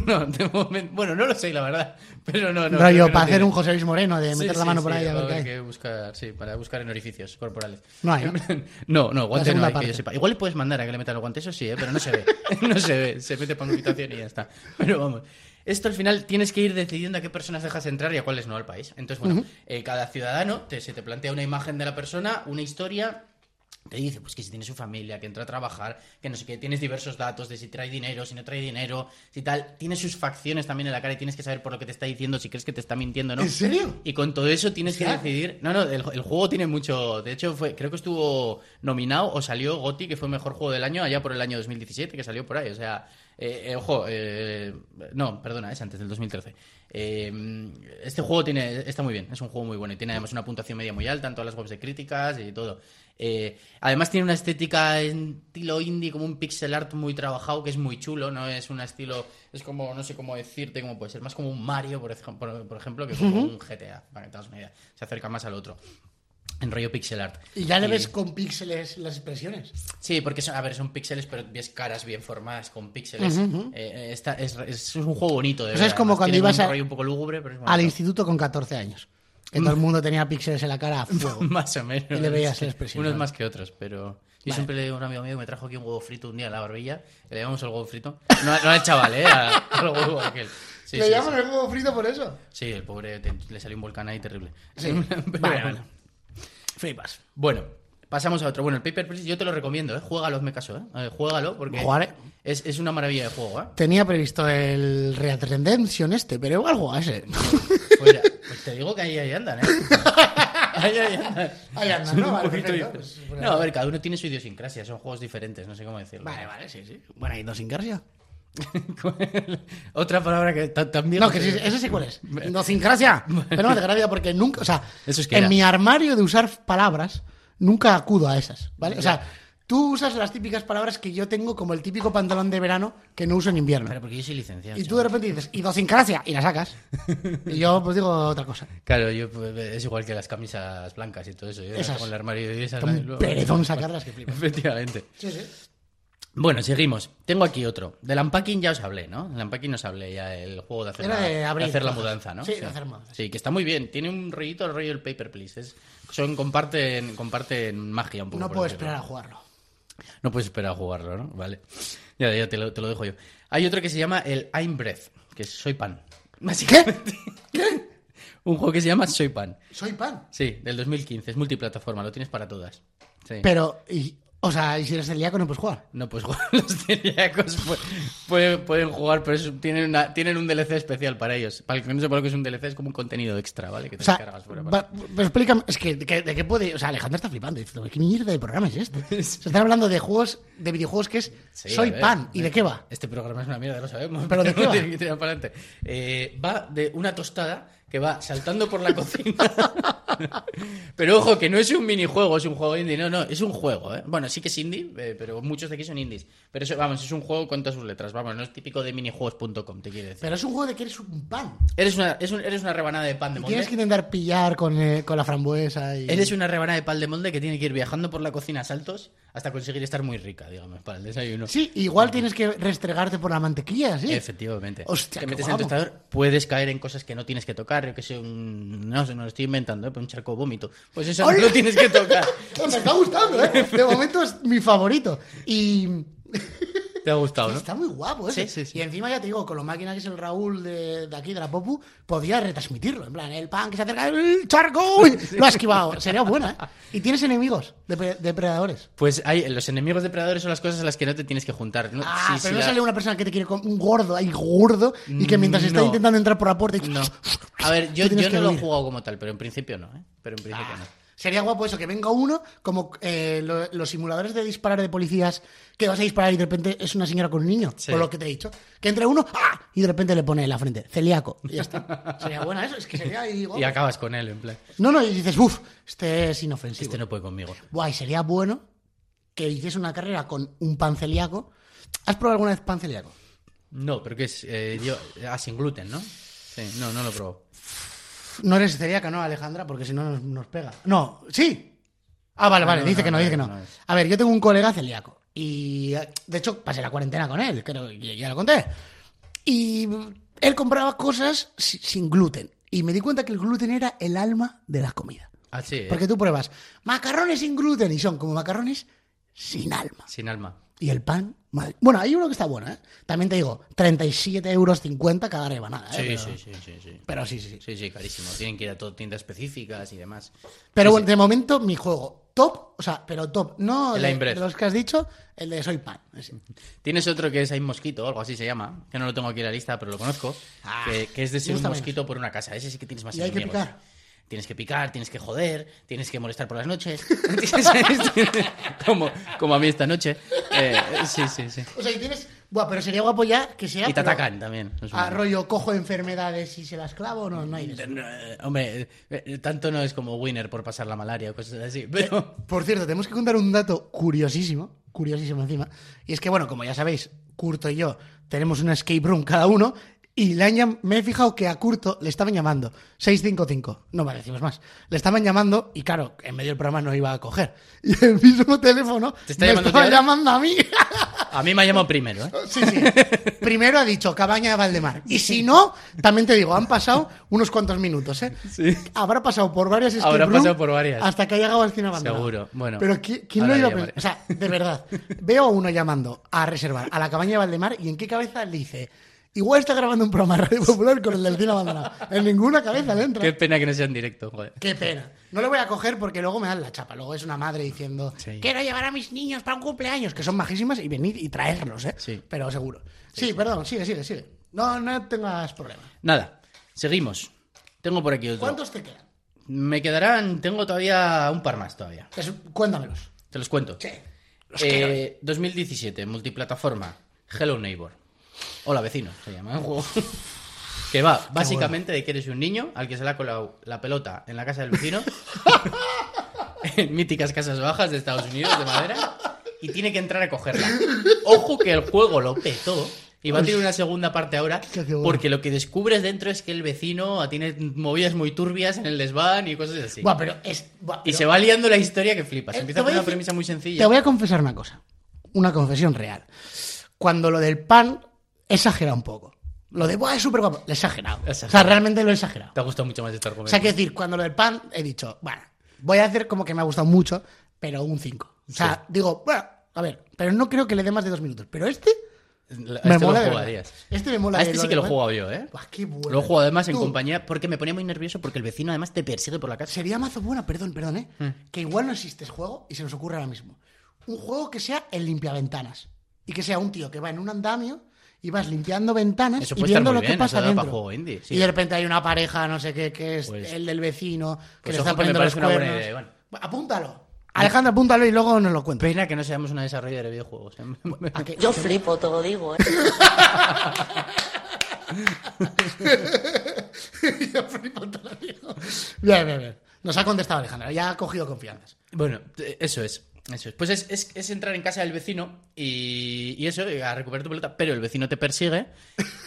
No, de momento. Bueno, no lo sé, la verdad. Pero no, Rollo, no. creo que no para hacer tiene. un José Luis Moreno de Sí, meter la sí, mano sí, por ahí a va a ver qué haber hay. que buscar, sí, para buscar en orificios corporales. No hay, ¿no? [laughs] No, no, guante no segunda hay, que yo parte. sepa. Igual le puedes mandar a que le metan los guantes, eso sí, ¿eh? pero no se ve. [laughs] No se ve, se mete para una habitación y ya está. Pero vamos. Esto al final tienes que ir decidiendo a qué personas dejas entrar y a cuáles no al país. Entonces, bueno, eh, cada ciudadano te- se te plantea una imagen de la persona, una historia, Te dice, pues que si tienes su familia, que entra a trabajar, que no sé qué, tienes diversos datos de si trae dinero, si no trae dinero, si tal. Tienes sus facciones también en la cara y tienes que saber por lo que te está diciendo, si crees que te está mintiendo o no. ¿En serio? Y con todo eso tienes que Hostia. decidir. No, no, el, el juego tiene mucho. De hecho, fue, creo que estuvo nominado o salió Gotti, que fue mejor juego del año allá por el año 2017, que salió por ahí. O sea, eh, eh, ojo, eh, no, perdona, es antes del 2013. Eh, este juego tiene está muy bien, es un juego muy bueno y tiene además una puntuación media muy alta en todas las webs de críticas y todo. Eh, además tiene una estética en estilo indie, como un pixel art muy trabajado, que es muy chulo, no es un estilo, es como, no sé cómo decirte, cómo puede ser, más como un Mario, por, ej- por- por ejemplo, que como un GTA, para que te hagas una idea, se acerca más al otro, en rollo pixel art. Y ya le ves con píxeles las expresiones. Sí, porque son, a ver, son píxeles, pero ves caras bien formadas con píxeles. Eh, eh, está- es, es un juego bonito, de O sea, es verdad. como Además, cuando tiene ibas un a- rollo un poco lúgubre, pero es Al bonito. instituto con 14 años. Que todo el mundo tenía píxeles en la cara a [laughs] fuego. [laughs] Más o menos. Y le veías la expresión, Unos ¿no? más que otros, pero. Yo Vale. siempre le digo a un amigo mío que me trajo aquí un huevo frito un día a la barbilla. Le llamamos el huevo frito. No, no al chaval, ¿eh? A- al huevo aquel. Sí, le sí, llaman sí. el huevo frito por eso. Sí, el pobre te- le salió un volcán ahí terrible. Sí. [laughs] Pero Vale, bueno. vale. Flipas. Bueno, pasamos a otro. Bueno, el Paper Please yo te lo recomiendo, ¿eh? Juégalo, me caso, ¿eh? ¿eh? Juégalo porque. Jugaré. Es, es una maravilla de [laughs] juego, ¿eh? Tenía previsto el Red Redemption este, pero igual juega [laughs] ese. Pues, pues te digo que ahí, ahí [laughs] andan, ¿eh? Ahí, ahí andan. Ahí andan, Son ¿no? [laughs] un Vale, poquito perfecto. dif- Pues, No, a ver, cada uno tiene su idiosincrasia, son juegos diferentes, no sé cómo decirlo. Vale, vale, sí, sí. Buena idiosincrasia. [laughs] Otra palabra que ta- también. No, que sí, ese sí cuál [laughs] es. Idiosincrasia. Pero no me hace gracia porque nunca, o sea, Eso es que era. en mi armario de usar palabras, nunca acudo a esas, ¿vale? O sea, tú usas las típicas palabras que yo tengo como el típico pantalón de verano que no uso en invierno. Pero porque yo soy licenciado. Y tú de chaval. repente dices, idiosincrasia, y la sacas. Y yo pues digo otra cosa. Claro, yo, pues, es igual que las camisas blancas y todo eso. Yo las Esas. tengo en el armario y esas. las- Un luego- [laughs] perezón sacarlas que flipas. Efectivamente. Sí, sí. Bueno, seguimos. Tengo aquí otro. Del unpacking ya os hablé, ¿no? Del unpacking os hablé ya, el juego de hacer, Era la, de abrir hacer la cajas. mudanza, ¿no? Sí, de hacer mudanzas. Sí, que está muy bien. Tiene un rollito el rollo del paper, please. Es- son, comparten, comparten magia un poco. No por puedo decirlo. esperar a jugarlo. No puedes esperar a jugarlo, ¿no? Vale. Ya, ya te lo, te lo dejo yo. Hay otro que se llama el I'm Breath, que es Soy Pan. [laughs] Básicamente. Un juego que se llama Soy Pan. Soy pan. Sí, del 2015. Es multiplataforma, lo tienes para todas. Sí. Pero, y, o sea, y si eres celíaco no puedes jugar. No, pues jugar [laughs] los celíacos pu- pueden, pueden jugar, pero es- tienen, una- tienen un DLC especial para ellos. Para el que no sepa lo que es un DLC, es como un contenido extra, ¿vale? Que te O sea, descargas fuera. va- pero explícame, es que, que- ¿de qué puede? O sea, Alejandro está flipando. Dice, ¿qué mierda de programa es [laughs] este? Se están hablando de juegos, de videojuegos que es Sí, Soy a ver, pan. ¿Y eh, de qué va? Este programa es una mierda, lo sabemos. ¿Pero [laughs] de qué va? tiene que tirar para adelante. Eh, va de una tostada que va [laughs] saltando por la cocina. [laughs] pero ojo, que no es un minijuego, es un juego indie. No, no, es un juego. ¿eh? Bueno, sí que es indie, eh, pero muchos de aquí son indies. Pero eso, vamos, es un juego con todas sus letras. Vamos, no es típico de minijuegos.com, te quiero decir. Pero es un juego de que eres un pan. Eres una, es un- eres una rebanada de pan de Y molde. tienes que intentar pillar con, eh, con la frambuesa y... Eres una rebanada de pan de molde que tiene que ir viajando por la cocina a saltos hasta conseguir estar muy rica, digamos, para el desayuno. Sí, igual tienes que restregarte por la mantequilla, ¿sí? Efectivamente. ¿Eh? Hostia, Te qué metes en el guapo. tostador, puedes caer en cosas que no tienes que tocar. Yo que sé, un. No sé, no lo estoy inventando, ¿eh? pero un charco de vómito. Pues eso no ¡Ay! lo tienes [laughs] que tocar. Me está gustando, ¿eh? De momento es mi favorito. Y Te ha gustado, ¿no? Está muy guapo ese. Sí, sí, sí. Y encima ya te digo, con lo máquina que es el Raúl de, de aquí, de la Popu, podía retransmitirlo. En plan, el pan que se acerca el [laughs] charco, uy, lo ha esquivado. Sería buena, ¿eh? Y tienes enemigos, depre- depredadores. Pues hay, los enemigos depredadores son las cosas a las que no te tienes que juntar. ¿no? Ah, Sí, sí, pero no la- sale una persona que te quiere con un gordo ahí gordo y que mientras está No. intentando entrar por la puerta. No. [laughs] A ver, yo, Tú tienes yo que Ah, no lo he huir. jugado como tal, pero en principio no, ¿eh? Pero en principio no. Sería guapo eso, que venga uno, como eh, lo- los simuladores de disparar de policías, que vas a disparar y de repente es una señora con un niño, Sí. por lo que te he dicho. Que entre uno, ¡ah! y de repente le pone en la frente, celíaco, y ya [laughs] está. Sería buena eso, es que sería ahí guapo. Y acabas con él, en plan. No, no, y dices, uff, este es inofensivo. Este no puede conmigo. Guay, sería bueno que hiciese una carrera con un pan celíaco. ¿Has probado alguna vez pan celíaco? No, pero que es. Eh, yo, ah, sin gluten, ¿no? Sí, no, no lo probo. No eres celíaca, ¿no, Alejandra? Porque si no nos, nos pega. No, sí. Ah, vale, vale, No, dice no, que no, no, dice que no. no es. A ver, yo tengo un colega celíaco. Y eh, de hecho pasé la cuarentena con él, creo que ya lo conté. Y él compraba cosas si- sin gluten. Y me di cuenta que el gluten era el alma de la comida. Ah, sí, ¿eh? Porque tú pruebas macarrones sin gluten y son como macarrones sin alma. Sin alma. Y el pan, madre- Bueno, hay uno que está bueno, ¿eh? También te digo, 37,50 euros cada rebanada, ¿eh? Sí, Pero- sí, sí, sí, sí. Pero sí, sí, sí. Sí, sí, carísimo. Tienen que ir a todo tiendas específicas y demás. Pero Sí, bueno, sí. de momento mi juego top, o sea, pero top, no El de, Aimbred. de los que has dicho, el de Soy Pan. ese. Tienes otro que es Hay Mosquito, o algo así se llama, que no lo tengo aquí en la lista, pero lo conozco, que, que es de ser un Ah, gusta menos. mosquito por una casa. Ese sí que tienes más Y hay que enemigos. picar. Tienes que picar, tienes que joder, tienes que molestar por las noches. [laughs] como, como a mí esta noche. Eh, sí, sí, sí. O sea, y tienes. Buah, pero sería guapo ya que sea. Y te pero atacan también. No es un- A rollo, cojo enfermedades y se las clavo, no, no hay. de eso. Eh, Hombre, eh, eh, tanto no es como winner por pasar la malaria o cosas así, [laughs] pero... Eh, Por cierto, tenemos que contar un dato curiosísimo, curiosísimo encima. Y es que, bueno, como ya sabéis, Curto y yo tenemos una escape room cada uno. Y le han llam- me he fijado que a Curto le estaban llamando 655, no vale, decimos más. Le estaban llamando y claro, en medio del programa no iba a coger. [laughs] Y el mismo teléfono ¿Te está me llamando a ti estaba ahora? llamando a mí. A mí me ha llamado [laughs] primero, ¿eh? Sí, sí. Primero ha dicho Cabaña de Valdemar. Y si no, también te digo, han pasado unos cuantos minutos, ¿eh? Habrá pasado por varias escape Habrá room pasado por varias. Hasta que ha llegado al cine abandonado. Seguro, bueno. Pero ¿qui- ¿quién lo Ahora iba a le pensar? llamaré. O sea, de verdad. Veo a uno llamando a reservar a la Cabaña de Valdemar y en qué cabeza le dice... Igual está grabando un programa de Radio Popular con el del cine abandonado. En ninguna cabeza le entra. Qué pena que no sea en directo, joder. Qué pena. No le voy a coger porque luego me dan la chapa. Luego es una madre diciendo, Sí. quiero llevar a mis niños para un cumpleaños, que son majísimas, y venir y traerlos, ¿eh? Sí. Pero seguro. Sí, perdón, sigue, sigue, sigue. No, no tengas problema. Nada, seguimos. Tengo por aquí otro. ¿Cuántos te quedan? Me quedarán, tengo todavía un par más todavía. Es- cuéntamelos. Te los cuento. Sí. Los Eh, quiero. 2017, multiplataforma. Hello Neighbor. Hola vecino, se llama el [laughs] juego. que va básicamente de que eres un niño al que se le ha colado la pelota en la casa del [laughs] vecino. en míticas casas bajas de Estados Unidos de madera. Y tiene que entrar a cogerla. Ojo que el juego lo petó. Y va a tener una segunda parte ahora. Qué bueno. Porque lo que descubres dentro es que el vecino tiene movidas muy turbias en el desván y cosas así. Buah, pero es... buah, Y pero- se va liando la historia que flipas. Eh, Empieza te voy a con una decir- premisa muy Te sencilla. voy a confesar una cosa. Una confesión real. Cuando lo del pan, he exagerado un poco. Lo de, buah, es súper guapo. Lo he exagerado. O sea, Exagerado. realmente lo he exagerado. Te ha gustado mucho más este O argumento. sea, que decir, cuando lo del pan he dicho, bueno, voy a hacer como que me ha gustado mucho, pero un 5. O sea, digo, bueno, a ver, pero no creo que le dé más de dos minutos. Pero este La- me mola. de este lo verdad. jugarías. Este me mola. A de este sí lo que del lo he pan. jugado yo, ¿eh? Buah, qué bueno. Lo he jugado además en Tú, compañía porque me ponía muy nervioso porque el vecino además te persigue por la casa. Sería mazo buena, perdón, perdón, ¿eh? Mm. Que igual no existe ese juego y se nos ocurre ahora mismo. Un juego que sea el limpiaventanas. Y que sea un tío que va en un andamio y vas limpiando ventanas Eso y puede estar viendo muy lo bien, que eso pasa da para dentro. juego ¿eh? indie, sí. Y de repente hay una pareja, no sé qué, que es Pues- el del vecino, que pues le ojo está que me poniendo los parece una buena cuernos. idea, Iván. Apúntalo. Alejandro, apúntalo y luego nos lo cuento. Pena que no seamos una desarrolladora de videojuegos. [laughs] ¿eh? ¿A qué? Yo flipo, te lo digo, ¿eh? Yo flipo, [laughs] te lo digo. Bien, bien, bien. Nos ha contestado Alejandro, ya ha cogido confianzas. Bueno, t- eso es. Eso es. Pues es, es- es entrar en casa del vecino y, y eso, y a recuperar tu pelota, pero el vecino te persigue.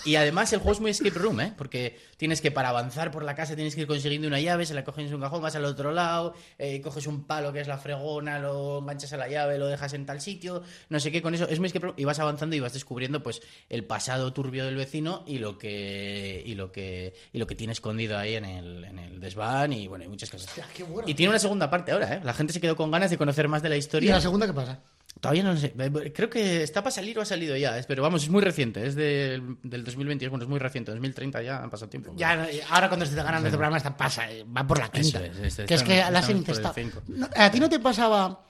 Y además el juego es muy escape room, ¿eh? Porque tienes que, para avanzar por la casa, tienes que ir consiguiendo una llave, se la coges en un cajón, vas al otro lado, eh, coges un palo que es la fregona, lo enganchas a la llave, lo dejas en tal sitio, no sé qué, con eso. Es muy escape room y vas avanzando y vas descubriendo, pues, el pasado turbio del vecino y lo que, y lo que, y lo que tiene escondido ahí en el, en el desván y, bueno, y muchas cosas. Hostia, qué bueno. Y tiene una segunda parte ahora, ¿eh? La gente se quedó con ganas de conocer más de la ¿Y historia. la segunda qué pasa? Todavía no lo sé. Eh, Creo que está para salir o ha salido ya, ¿eh? pero vamos, es muy reciente. Es del, del 2020, bueno, es muy reciente. 2030 ya han pasado tiempo. Ya, no, eh, ahora cuando se está ganando este programa está, pasa, eh, va por la Eso quinta. es, este, que es estamos- que la estamos has por el incestado. cinco. No, a ti no te pasaba...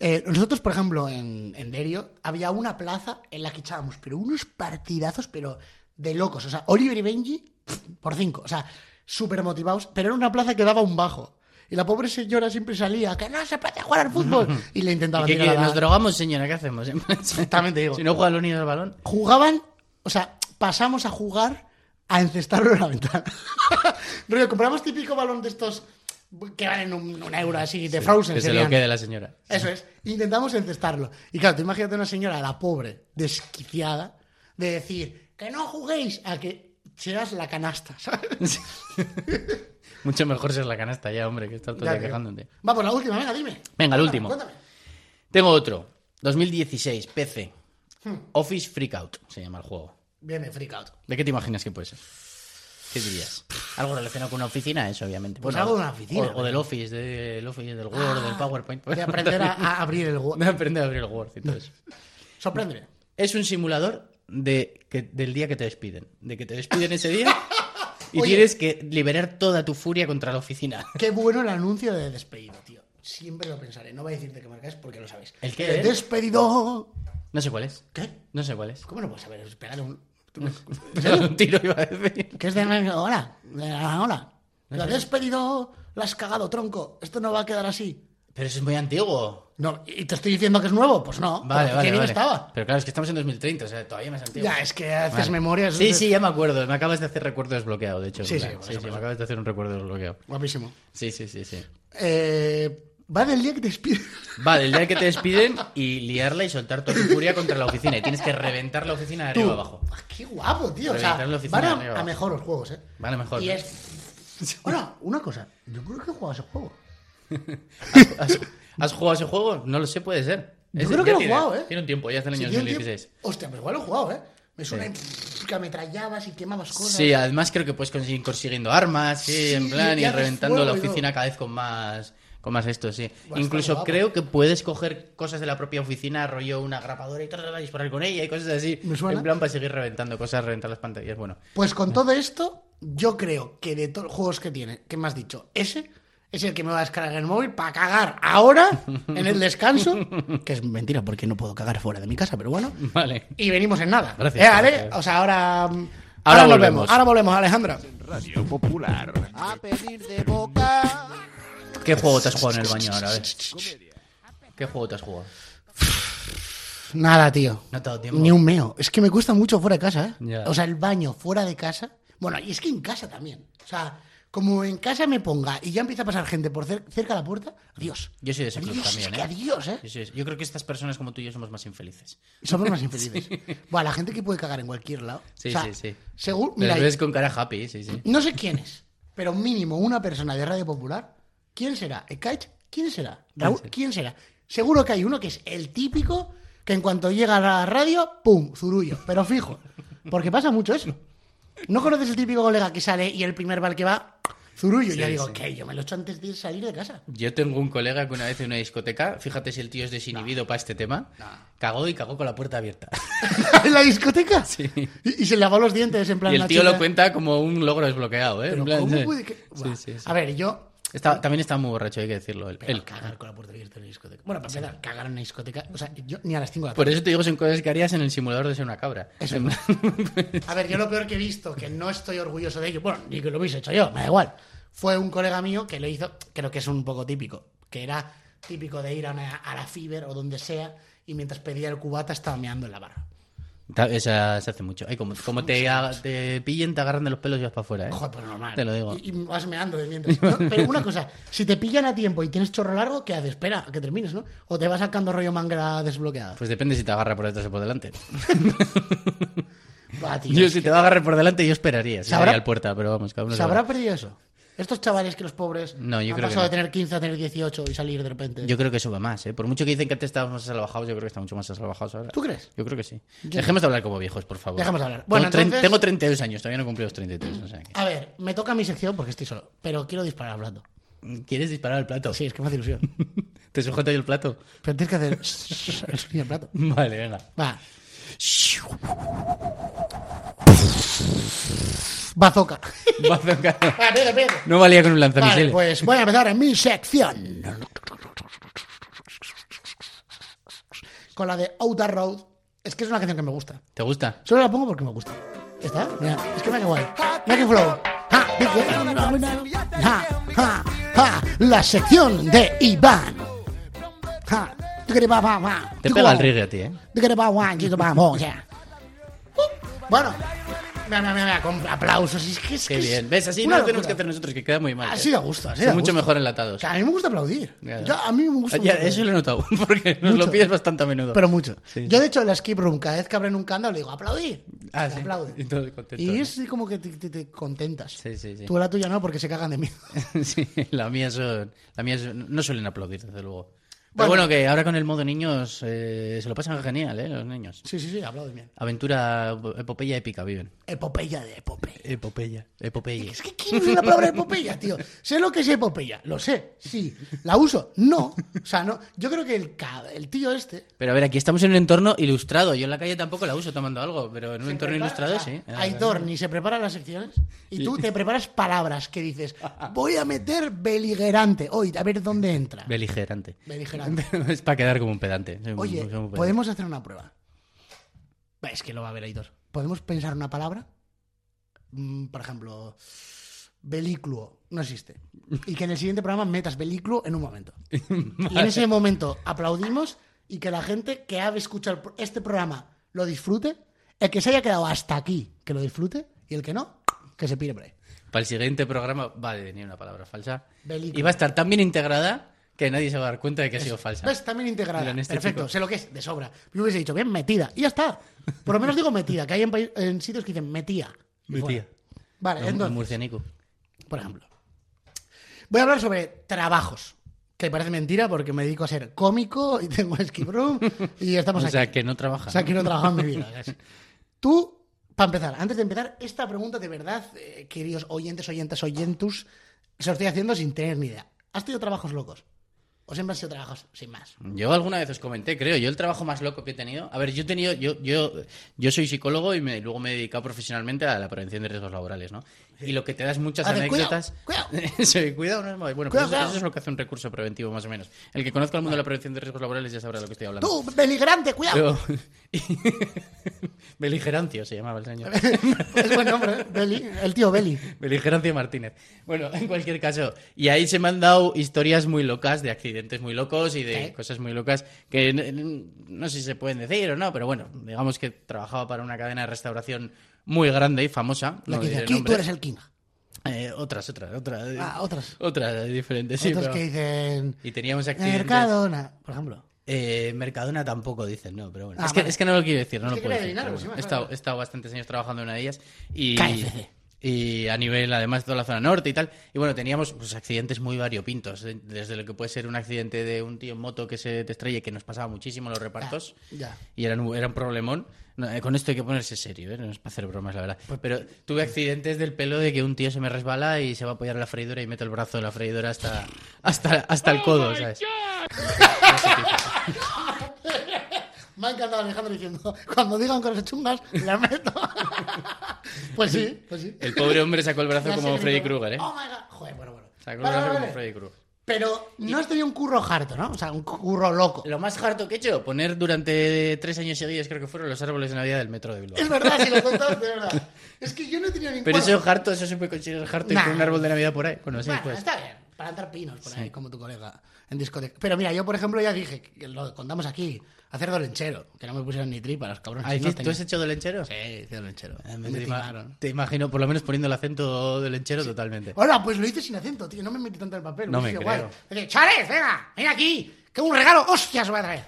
eh, nosotros, por ejemplo, en, en Derio había una plaza en la que echábamos, pero unos partidazos, pero de locos. O sea, Oliver y Benji, pf, por cinco. O sea, súper motivados, pero era una plaza que daba un bajo. Y la pobre señora siempre salía, que no se puede jugar al [laughs] fútbol. Y le ¿Y intentaban qué, tirar qué? a la- ¿Nos drogamos, señora? ¿Qué hacemos? [laughs] Exactamente, digo. Si no juega los niños al balón. jugaban, o sea, pasamos a jugar a encestarlo en la ventana. [laughs] Rollo, compramos típico balón de estos que valen un, un euro así, de Frozen. Que se serían. lo quede la señora. Eso es, intentamos encestarlo. Y claro, tú imagínate una señora, la pobre, desquiciada, de decir, que no juguéis a que seas la canasta, [laughs] ¿sabes? [laughs] Mucho mejor ser la canasta ya, hombre, que estar todo el Ya día te digo. quejándote. Vamos, la última, venga, dime. Venga, el Cuéntame, último. Cuéntame. Tengo otro. 2016, PC. Hmm. Office Freakout se llama el juego. Bien, me freak out. Pues ¿De qué te imaginas que puede ser? ¿Qué dirías? Pues Algo relacionado con una oficina, eso, obviamente. Bueno, algo de una oficina. O, o del Office, Ah, del Office, del Word, del PowerPoint. pues. [laughs] De aprender Ah, a, a abrir el... gu- De aprender a abrir el Word y todo eso. Sorpréndeme. [laughs] Es un simulador de que, del día que te despiden. De que te despiden ese día [laughs] y Oye. tienes que liberar toda tu furia contra la oficina. Qué bueno el anuncio de despedido, tío. Siempre lo pensaré. No voy a decirte qué marca es porque lo sabéis. ¿El qué, eh? El despedido. No sé cuál es. ¿Qué? No sé cuál es. [laughs] ¿Cómo no puedes saber? Pegar un. un tiro iba a decir. ¿Qué es de ahora? De ahora. Lo has despedido, lo has cagado, tronco. Esto no va a quedar así. Pero eso es muy antiguo. No, ¿y te estoy diciendo que es nuevo? Pues no. Vale, porque vale, ¿Qué bien vale. estaba? Pero claro, es que estamos en 2030, o sea, todavía más antiguo. Ya, es que haces Vale. memorias. Sí, es- sí, ya me acuerdo. Me acabas de hacer recuerdo desbloqueado, de hecho. Sí, sí, Claro. por sí, eso, sí, por me eso. acabas de hacer un recuerdo desbloqueado. Guapísimo. Sí, sí, sí, sí. Eh, va del día que te despiden. Vale, el día que te despiden y liarla y soltar toda tu furia contra la oficina. Y tienes que reventar la oficina de arriba Tú. abajo. [laughs] Ah, Qué guapo, tío. O sea, Reventar la oficina van de arriba. a, a mejor los juegos, [laughs] ¿eh? Vale, mejor. Y ¿no? es. Bueno, una cosa. Yo creo que he jugado a ese juego. ¿Has, has jugado ese juego? No lo sé, puede ser. Yo Es- creo ya que lo he tiene- jugado, ¿eh? Tiene un tiempo, ya es del año Sí, tiene un tiempo- 2016. Hostia, pero igual lo he jugado, ¿eh? Me suena y que ametrallabas y quemabas cosas. Sí, además creo que puedes conseguir consiguiendo armas, sí, Sí, en plan, y y haces reventando la fuego y todo. oficina cada vez con más con más esto, sí. Bastante Incluso guapo. creo que puedes coger cosas de la propia oficina, rollo una grapadora y tal, tal, tal, disparar con ella y cosas así. Me suena. En plan, para seguir reventando cosas, reventar las pantallas, bueno. Pues con todo esto, yo creo que de todos los juegos que tiene, que me has dicho, ese es el que me va a descargar el móvil para cagar ahora, en el [laughs] descanso, que es mentira porque no puedo cagar fuera de mi casa, pero bueno. Vale. Y venimos en nada. Gracias, ¿Eh, Ale? gracias. O sea, ahora... mm, Ahora nos volvemos. vemos. Ahora volvemos, Alejandra. Radio Popular. a pedir de boca. ¿Qué juego te has jugado en el baño ahora? A ver. ¿Qué juego te has jugado? Nada, tío. No te ha dado tiempo. Ni un meo. Es que me cuesta mucho fuera de casa, ¿eh? Ya. O sea, el baño fuera de casa. Bueno, y es que en casa también. O sea, como en casa me ponga y ya empieza a pasar gente por cer- cerca de la puerta, adiós. Yo soy de ese club Adiós, también, es que ¿eh? adiós, ¿eh? Sí, sí, sí. Yo creo que estas personas como tú y yo somos más infelices. Somos [laughs] más infelices. Buah, la gente que puede cagar en cualquier lado. Sí, O sea, sí, sí. según- Las mira, ves con cara happy, sí, sí. no sé quién es, pero mínimo una persona de Radio Popular. ¿Quién será? ¿Ekaich? ¿Quién será? Raúl, será? ¿quién será? Seguro que hay uno que es el típico que en cuanto llega a la radio, ¡pum! Zurullo. Pero fijo. Porque pasa mucho eso. ¿No conoces el típico colega que sale y el primer bar que va, zurullo? Sí, ya digo, sí. que yo me lo he hecho antes de salir de casa. [laughs] Yo tengo un colega que una vez en una discoteca, fíjate si el tío es desinhibido para este tema, cagó y cagó con la puerta abierta. ¿En la discoteca? Sí. Y, y se lavó los dientes en plan. [laughs] y el la tío lo chica. cuenta como un logro desbloqueado, ¿eh? Pero En plan, ¿cómo sí. puede que- Sí, Buah. sí, sí. A ver, yo. Está- también está muy borracho, hay que decirlo. él. Pero Él. cagar con la puerta abierta en una discoteca. Bueno, para empezar, cagar en una discoteca. O sea, yo ni a las 5 de la Por tarde. eso te digo, son cosas que harías en el simulador de ser una cabra. En plan- [laughs] A ver, yo lo peor que he visto, que no estoy orgulloso de ello, bueno, ni que lo hubiese hecho yo, me da igual. Fue un colega mío que lo hizo, creo que es un poco típico, que era típico de ir a, una- a la Fiber o donde sea y mientras pedía el cubata estaba meando en la barra. Ta- Esa se hace mucho. Ay, como, como te, aga- te pillen, te agarran de los pelos y vas para afuera, ¿eh? Joder, pero normal. Te lo digo. Y, y vas meando de mientras. No, pero una cosa, si te pillan a tiempo y tienes chorro largo, ¿qué haces? Espera a que termines, ¿no? O te vas sacando rollo manga desbloqueada. Pues depende si te agarra por detrás o por delante. Buah, tío, Yo, es si que- te va a agarrar por delante, yo esperaría. Si ¿Sabrá- daría al puerta, pero vamos, cada uno ¿Se sabrá. habrá perdido eso? Estos chavales que los pobres No, yo han creo que pasado no. de tener 15 a tener 18 y salir de repente. Yo creo que eso va más, ¿eh? Por mucho que dicen que antes estábamos más salvajados, yo creo que está mucho más salvajados ahora. ¿Tú crees? Yo creo que sí. Dejemos de hablar como viejos, por favor. Dejemos de hablar. Tengo Bueno, tre- entonces- Tengo 32 años, todavía no cumplí los 33. O sea que- A ver, me toca mi sección porque estoy solo, pero quiero disparar hablando. ¿Quieres disparar al plato? Sí, es que me hace ilusión. [laughs] ¿Te sujeto yo el plato? [laughs] Pero tienes que hacer [laughs] el sonido del plato. Vale, venga. [laughs] Va. Bazooka. [laughs] Bazooka. Ah, pedo, pedo. No valía con un Vale, lanzamisiles. pues voy a empezar en mi sección. Con la de Outer Road. Es que es una canción que me gusta. ¿Te gusta? Solo la pongo porque me gusta. Ya ¿Está? Mira, es que me da guay. Mira qué flow. Ja, qué guay. Ja, ja, ja. La sección de Iván. Ja. Te pega el reggae a ti, ¿eh? Bueno, mira, mira, mira, mira, con aplausos. Es que es Qué que es bien. ¿Ves? Así una no lo tenemos que locura. hacer nosotros, que queda muy mal. Así da gusto, así Son da mucho gusto. mejor enlatados. Que a mí me gusta aplaudir. Ya. Yo- a mí me gusta. Ah, Ya, mucho eso aplaudir. lo he notado, [laughs] porque nos lo Mucho. pides bastante a menudo. [laughs] Pero mucho. Sí. Yo, de hecho, en la skip room, cada vez que abren un candado, le digo aplaudir. Ah, Y sí. aplauden. [laughs] Y todos contentos, Y ¿no? es como que te, te- te contentas. Sí, sí, sí. Tú la tuya no, porque se cagan de mí. Sí, la mía son. La mía son- no suelen aplaudir, desde luego. Pero Bueno. bueno, que ahora con el modo niños eh, se lo pasan genial, ¿eh? Los niños. [laughs] Sí, sí, sí, hablado de mierda. Aventura, epopeya épica viven. Epopeya de epopeya. Epopeya. Epopeya. Es que quiero decir la palabra epopeya, tío. Sé lo que es epopeya, lo sé, sí. ¿La uso? No. O sea, no. Yo creo que el, ca- el tío este. Pero a ver, aquí estamos en un entorno ilustrado. Yo en la calle tampoco la uso tomando algo, pero en un entorno prepara- ilustrado o sea, sí. Ah, Aitor ni se prepara las secciones y tú te preparas palabras que dices, voy a meter beligerante. Hoy, a ver dónde entra. Beligerante. [laughs] Beligerante. es para quedar como un pedante. Soy un- Oye, soy un pedante. podemos hacer una prueba. Va, Es que lo va a ver Aitor. ¿Podemos pensar una palabra? Mm, Por ejemplo, velículo. No existe. Y que en el siguiente programa metas velículo en un momento. Y en ese momento aplaudimos y que la gente que ha escuchado el pro- este programa lo disfrute. El que se haya quedado hasta aquí, que lo disfrute. Y el que no, que se pire por ahí. Para el siguiente programa va a venir una palabra falsa. Belico. Y va a estar tan bien integrada que nadie se va a dar cuenta de que ha sido falsa. ¿Ves? También integrada. Mira, en este Perfecto, chico. sé lo que es, de sobra. Yo hubiese dicho, bien, metida. Y ya está. Por lo menos digo metida, que hay en, paí- en sitios que dicen metía. Y Metía. fuera. Vale, Un- un entonces, murcianico. por ejemplo. Voy a hablar sobre trabajos. Que parece mentira porque me dedico a ser cómico y tengo esquibrum y estamos [laughs] O aquí. sea, que no trabaja. O sea, que no he trabajado en mi vida. casi. Tú, para empezar, antes de empezar, esta pregunta de verdad, eh, queridos oyentes, oyentes, oyentus, se lo estoy haciendo sin tener ni idea. ¿Has tenido trabajos locos? ¿O siempre has sido trabajos sin más? Yo alguna vez os comenté, creo, yo el trabajo más loco que he tenido. A ver, yo he tenido, yo, yo, yo soy psicólogo y me- luego me he dedicado profesionalmente a la prevención de riesgos laborales, ¿no? Y lo que te das muchas A ver, anécdotas. [laughs] cuidado, Sí, cuidado, no es malo. Bueno, Cuidado, pues eso, cuidado. eso es lo que hace un recurso preventivo, más o menos. El que conozca el mundo de la prevención de riesgos laborales ya sabrá de lo que estoy hablando. Tú, beligerante, cuidado. Pero- [laughs] Beligerancia se llamaba el señor. [laughs] [laughs] Es buen nombre, ¿eh? Beli, el tío Beli. [laughs] Beligerancia Martínez. Bueno, en cualquier caso, y ahí se me han dado historias muy locas, de accidentes muy locos y de ¿Eh? cosas muy locas que n- n- no sé si se pueden decir o no, pero bueno, digamos que trabajaba para una cadena de restauración muy grande y famosa. La no que dice, diré aquí tú nombres. eres el king. Eh, otras, otras, otras. Ah, otras. Otras diferentes, sí. Otros pero- que dicen, Y teníamos accidentes. Mercadona, por ejemplo. Eh, Mercadona tampoco dicen, no, pero bueno. Ah, es, que, vale. es que no lo quiero decir, no Es lo que puedo quería decir. adivinar, pero pues, sí, bueno. he, más estado, vale. he estado bastantes años trabajando en una de ellas y, KFC. y a nivel, además, toda la zona norte y tal. Y bueno, teníamos pues, accidentes muy variopintos, eh, desde lo que puede ser un accidente de un tío en moto que se te estrelle, que nos pasaba muchísimo en los repartos. Ya. Y era un, era un problemón. No, eh, con esto hay que ponerse serio, ¿eh? no es para hacer bromas, la verdad. Pues, Pero tuve accidentes del pelo de que un tío se me resbala y se va a apoyar a la freidora y meto el brazo de la freidora hasta, hasta, hasta el codo, ¿sabes? Me ha encantado Alejandro diciendo, cuando digan cosas chungas, la meto. [laughs] pues sí, pues sí. El pobre hombre sacó el brazo Ya sé Eh, como que Freddy me- Krueger, ¿eh? Oh my god. Joder, bueno, bueno. Sacó el Vale, brazo vale, como vale. Freddy Krueger. Pero no has tenido un curro harto, ¿no? O sea, un curro [laughs] loco. Lo más harto que he hecho, poner durante tres años seguidos, creo que fueron los árboles de Navidad del metro de Bilbao. Es verdad, si lo contabas de verdad. Es que yo no he tenido ningún Pero eso harto, eso se puede considerar harto y Nah. con un árbol de Navidad por ahí. Bueno, sí, Bueno, pues. está bien. Plantar pinos por ahí, como tu colega en discoteca. Pero mira, yo por ejemplo ya dije, que lo contamos aquí, hacer dolenchero, que no me pusieron ni tripa los cabrones. Ah, no ¿hiciste- ¿Tú tenía- has hecho de lenchero? Sí, hice dolenchero. Eh, Me te ima- timaron. Te imagino, por lo menos poniendo el acento de lenchero totalmente. Hola, pues lo hice sin acento, tío. No me metí tanto en el papel. No hubiese me sido creo. guay. Dije, Chávez, venga, ven aquí. Que un regalo, hostias, voy a traer.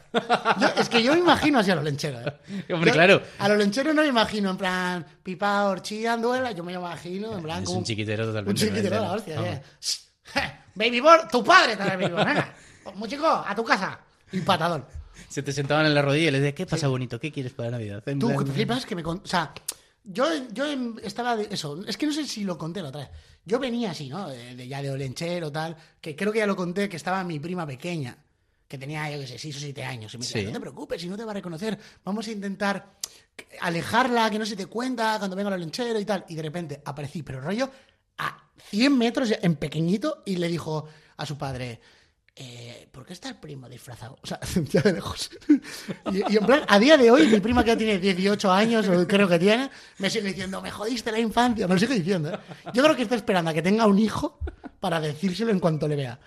Yo- es que yo me imagino así a los lencheros. ¿eh? Hombre, Yo- claro. A los lencheros no me imagino, en plan, pipa, horchilla, duela. Yo me imagino, en plan, Es como un chiquitero Un totalmente. chiquitero, la hostia. Vamos. eh. Baby boy, tu padre trae baby boy, venga. Muchico, a tu casa. Y patadón. Se te sentaban en la rodilla y les decías, ¿qué pasa bonito? ¿Qué quieres para Navidad? En Tú plan- que flipas que me... con- O sea, yo, yo em- estaba... de- Eso, es que no sé si lo conté la otra vez. Yo venía así, ¿no? De, de- ya de Olenchero, tal. Que creo que ya lo conté, que estaba mi prima pequeña. Que tenía, yo qué sé, 6 o 7 años. Y me decía, Sí. no te preocupes, si no te va a reconocer. Vamos a intentar alejarla, que no se te cuenta cuando venga el Olenchero y tal. Y de repente aparecí, pero rollo a 100 metros, ya, en pequeñito, y le dijo a su padre... eh, ¿Por qué está el primo disfrazado? O sea, [laughs] ya de lejos. Y, y en plan, a día de hoy, mi prima que ya tiene 18 años, o creo que tiene, me sigue diciendo, me jodiste la infancia, me lo sigue diciendo. ¿eh? Yo creo que está esperando a que tenga un hijo para decírselo en cuanto le vea.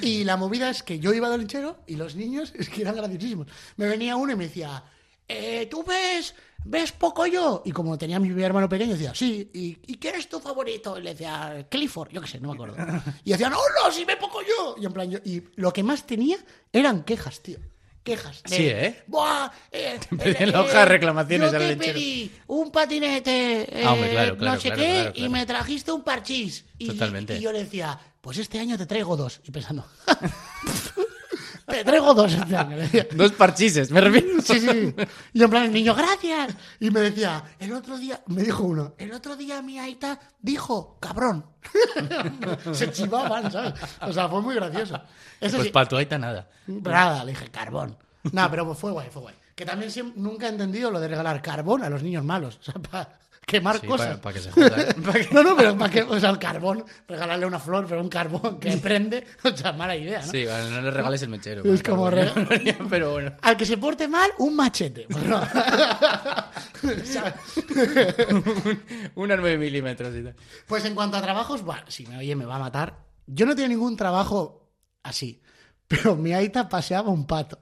Y la movida es que yo iba del lechero y los niños, es que eran graciosísimos. Me venía uno y me decía, eh, ¿tú ves? ¿Ves poco yo? Y como tenía a mi hermano pequeño, decía, sí, ¿y, ¿y quién es tu favorito? Y le decía, Clifford, yo qué sé, no me acuerdo. Y decía, no, no, si ve poco yo. Y en plan, yo, y lo que más tenía eran quejas, tío. Quejas. de, Sí, ¿eh? Buah, [laughs] eh, pedían la hoja de reclamaciones Yo al te lechero. pedí un patinete, eh, Ah, hombre, claro, claro, no sé claro, qué, claro, y claro. me trajiste un parchís. Y, Totalmente. Y yo le decía, pues este año te traigo dos. Y pensando, [laughs] Te traigo dos, en plan. le decía. Dos parchises, me refiero. Sí, sí, sí. Y en plan, el niño, gracias. Y me decía, el otro día, me dijo uno, el otro día mi aita dijo, cabrón. [laughs] Se chivaban, ¿sabes? O sea, fue muy gracioso. Eso Pues sí, para tu aita nada. nada, le dije, carbón. No, pero fue guay, fue guay. Que también siem- nunca he entendido lo de regalar carbón a los niños malos. O sea, para quemar Sí, cosas. para, para que [laughs] se joda. ¿eh? Para que- No, no, pero para que, o sea, el carbón, regalarle una flor, pero un carbón que prende, [laughs] o sea, mala idea, ¿no? Sí, bueno, no le regales el mechero. Es pero como bueno. Pero bueno. Al que se porte mal, un [laughs] machete. Pues no. [laughs] Una 9 milímetros y tal. Pues en cuanto a trabajos, buah, si me oye me va a matar. Yo no tenía ningún trabajo así, pero mi aita paseaba un [laughs] pato.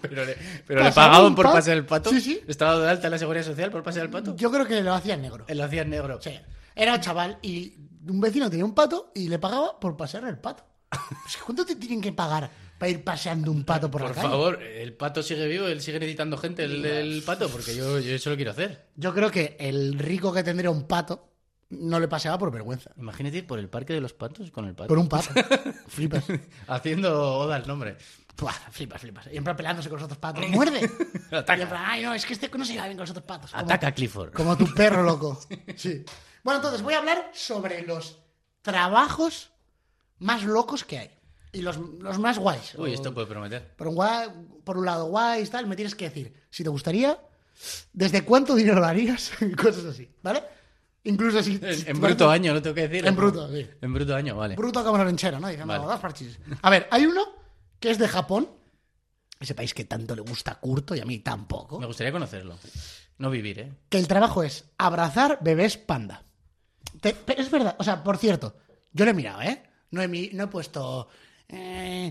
Pero le, pero le ¿Pasaba pagaban un por pato? pasear el pato. Sí, sí. Estaba de alta en la seguridad social por pasear el pato. Yo creo que lo hacía en negro. Él lo hacía en negro. Sí. Era un chaval y un vecino tenía un pato y le pagaba por pasear el [laughs] pato. O sea, ¿Cuánto te tienen que pagar para ir paseando un pato por, Por, la calle? favor, el pato sigue vivo, él sigue necesitando gente, el, el pato, porque yo, yo eso lo quiero hacer. Yo creo que el rico que tendría un pato no le paseaba por vergüenza. Imagínate ir por el parque de los patos con el pato. Por un pato. flipas. [laughs] Haciendo oda al nombre. Buah, flipas, flipas. Y en plan peleándose con los otros [laughs] patos. ¡Muerde! Y en plan, ay, no, es que este no se lleva bien con los otros patos. Como- Ataca a Clifford. Como tu perro, [laughs] loco. Sí. Bueno, entonces voy a hablar sobre los trabajos más locos que hay. Y los, los más guays. Uy, O- esto puede prometer. por, un gua- por un lado guays, tal, me tienes que decir si te gustaría, desde cuánto dinero lo harías, [laughs] y cosas así, ¿vale? Incluso si... si- En, en bruto año, lo tengo que decir. En bruto, sí. En bruto año, vale. Bruto como la lonchera, ¿no? Dicen, Vale. no, dos parches. A ver, hay uno que es de Japón, ese país que tanto le gusta a Curto y a mí tampoco, Me gustaría conocerlo. No vivir, ¿eh? que el trabajo es abrazar bebés panda. Te- pero es verdad, o sea, por cierto, yo lo he mirado, ¿eh? No he, mi- no he puesto eh,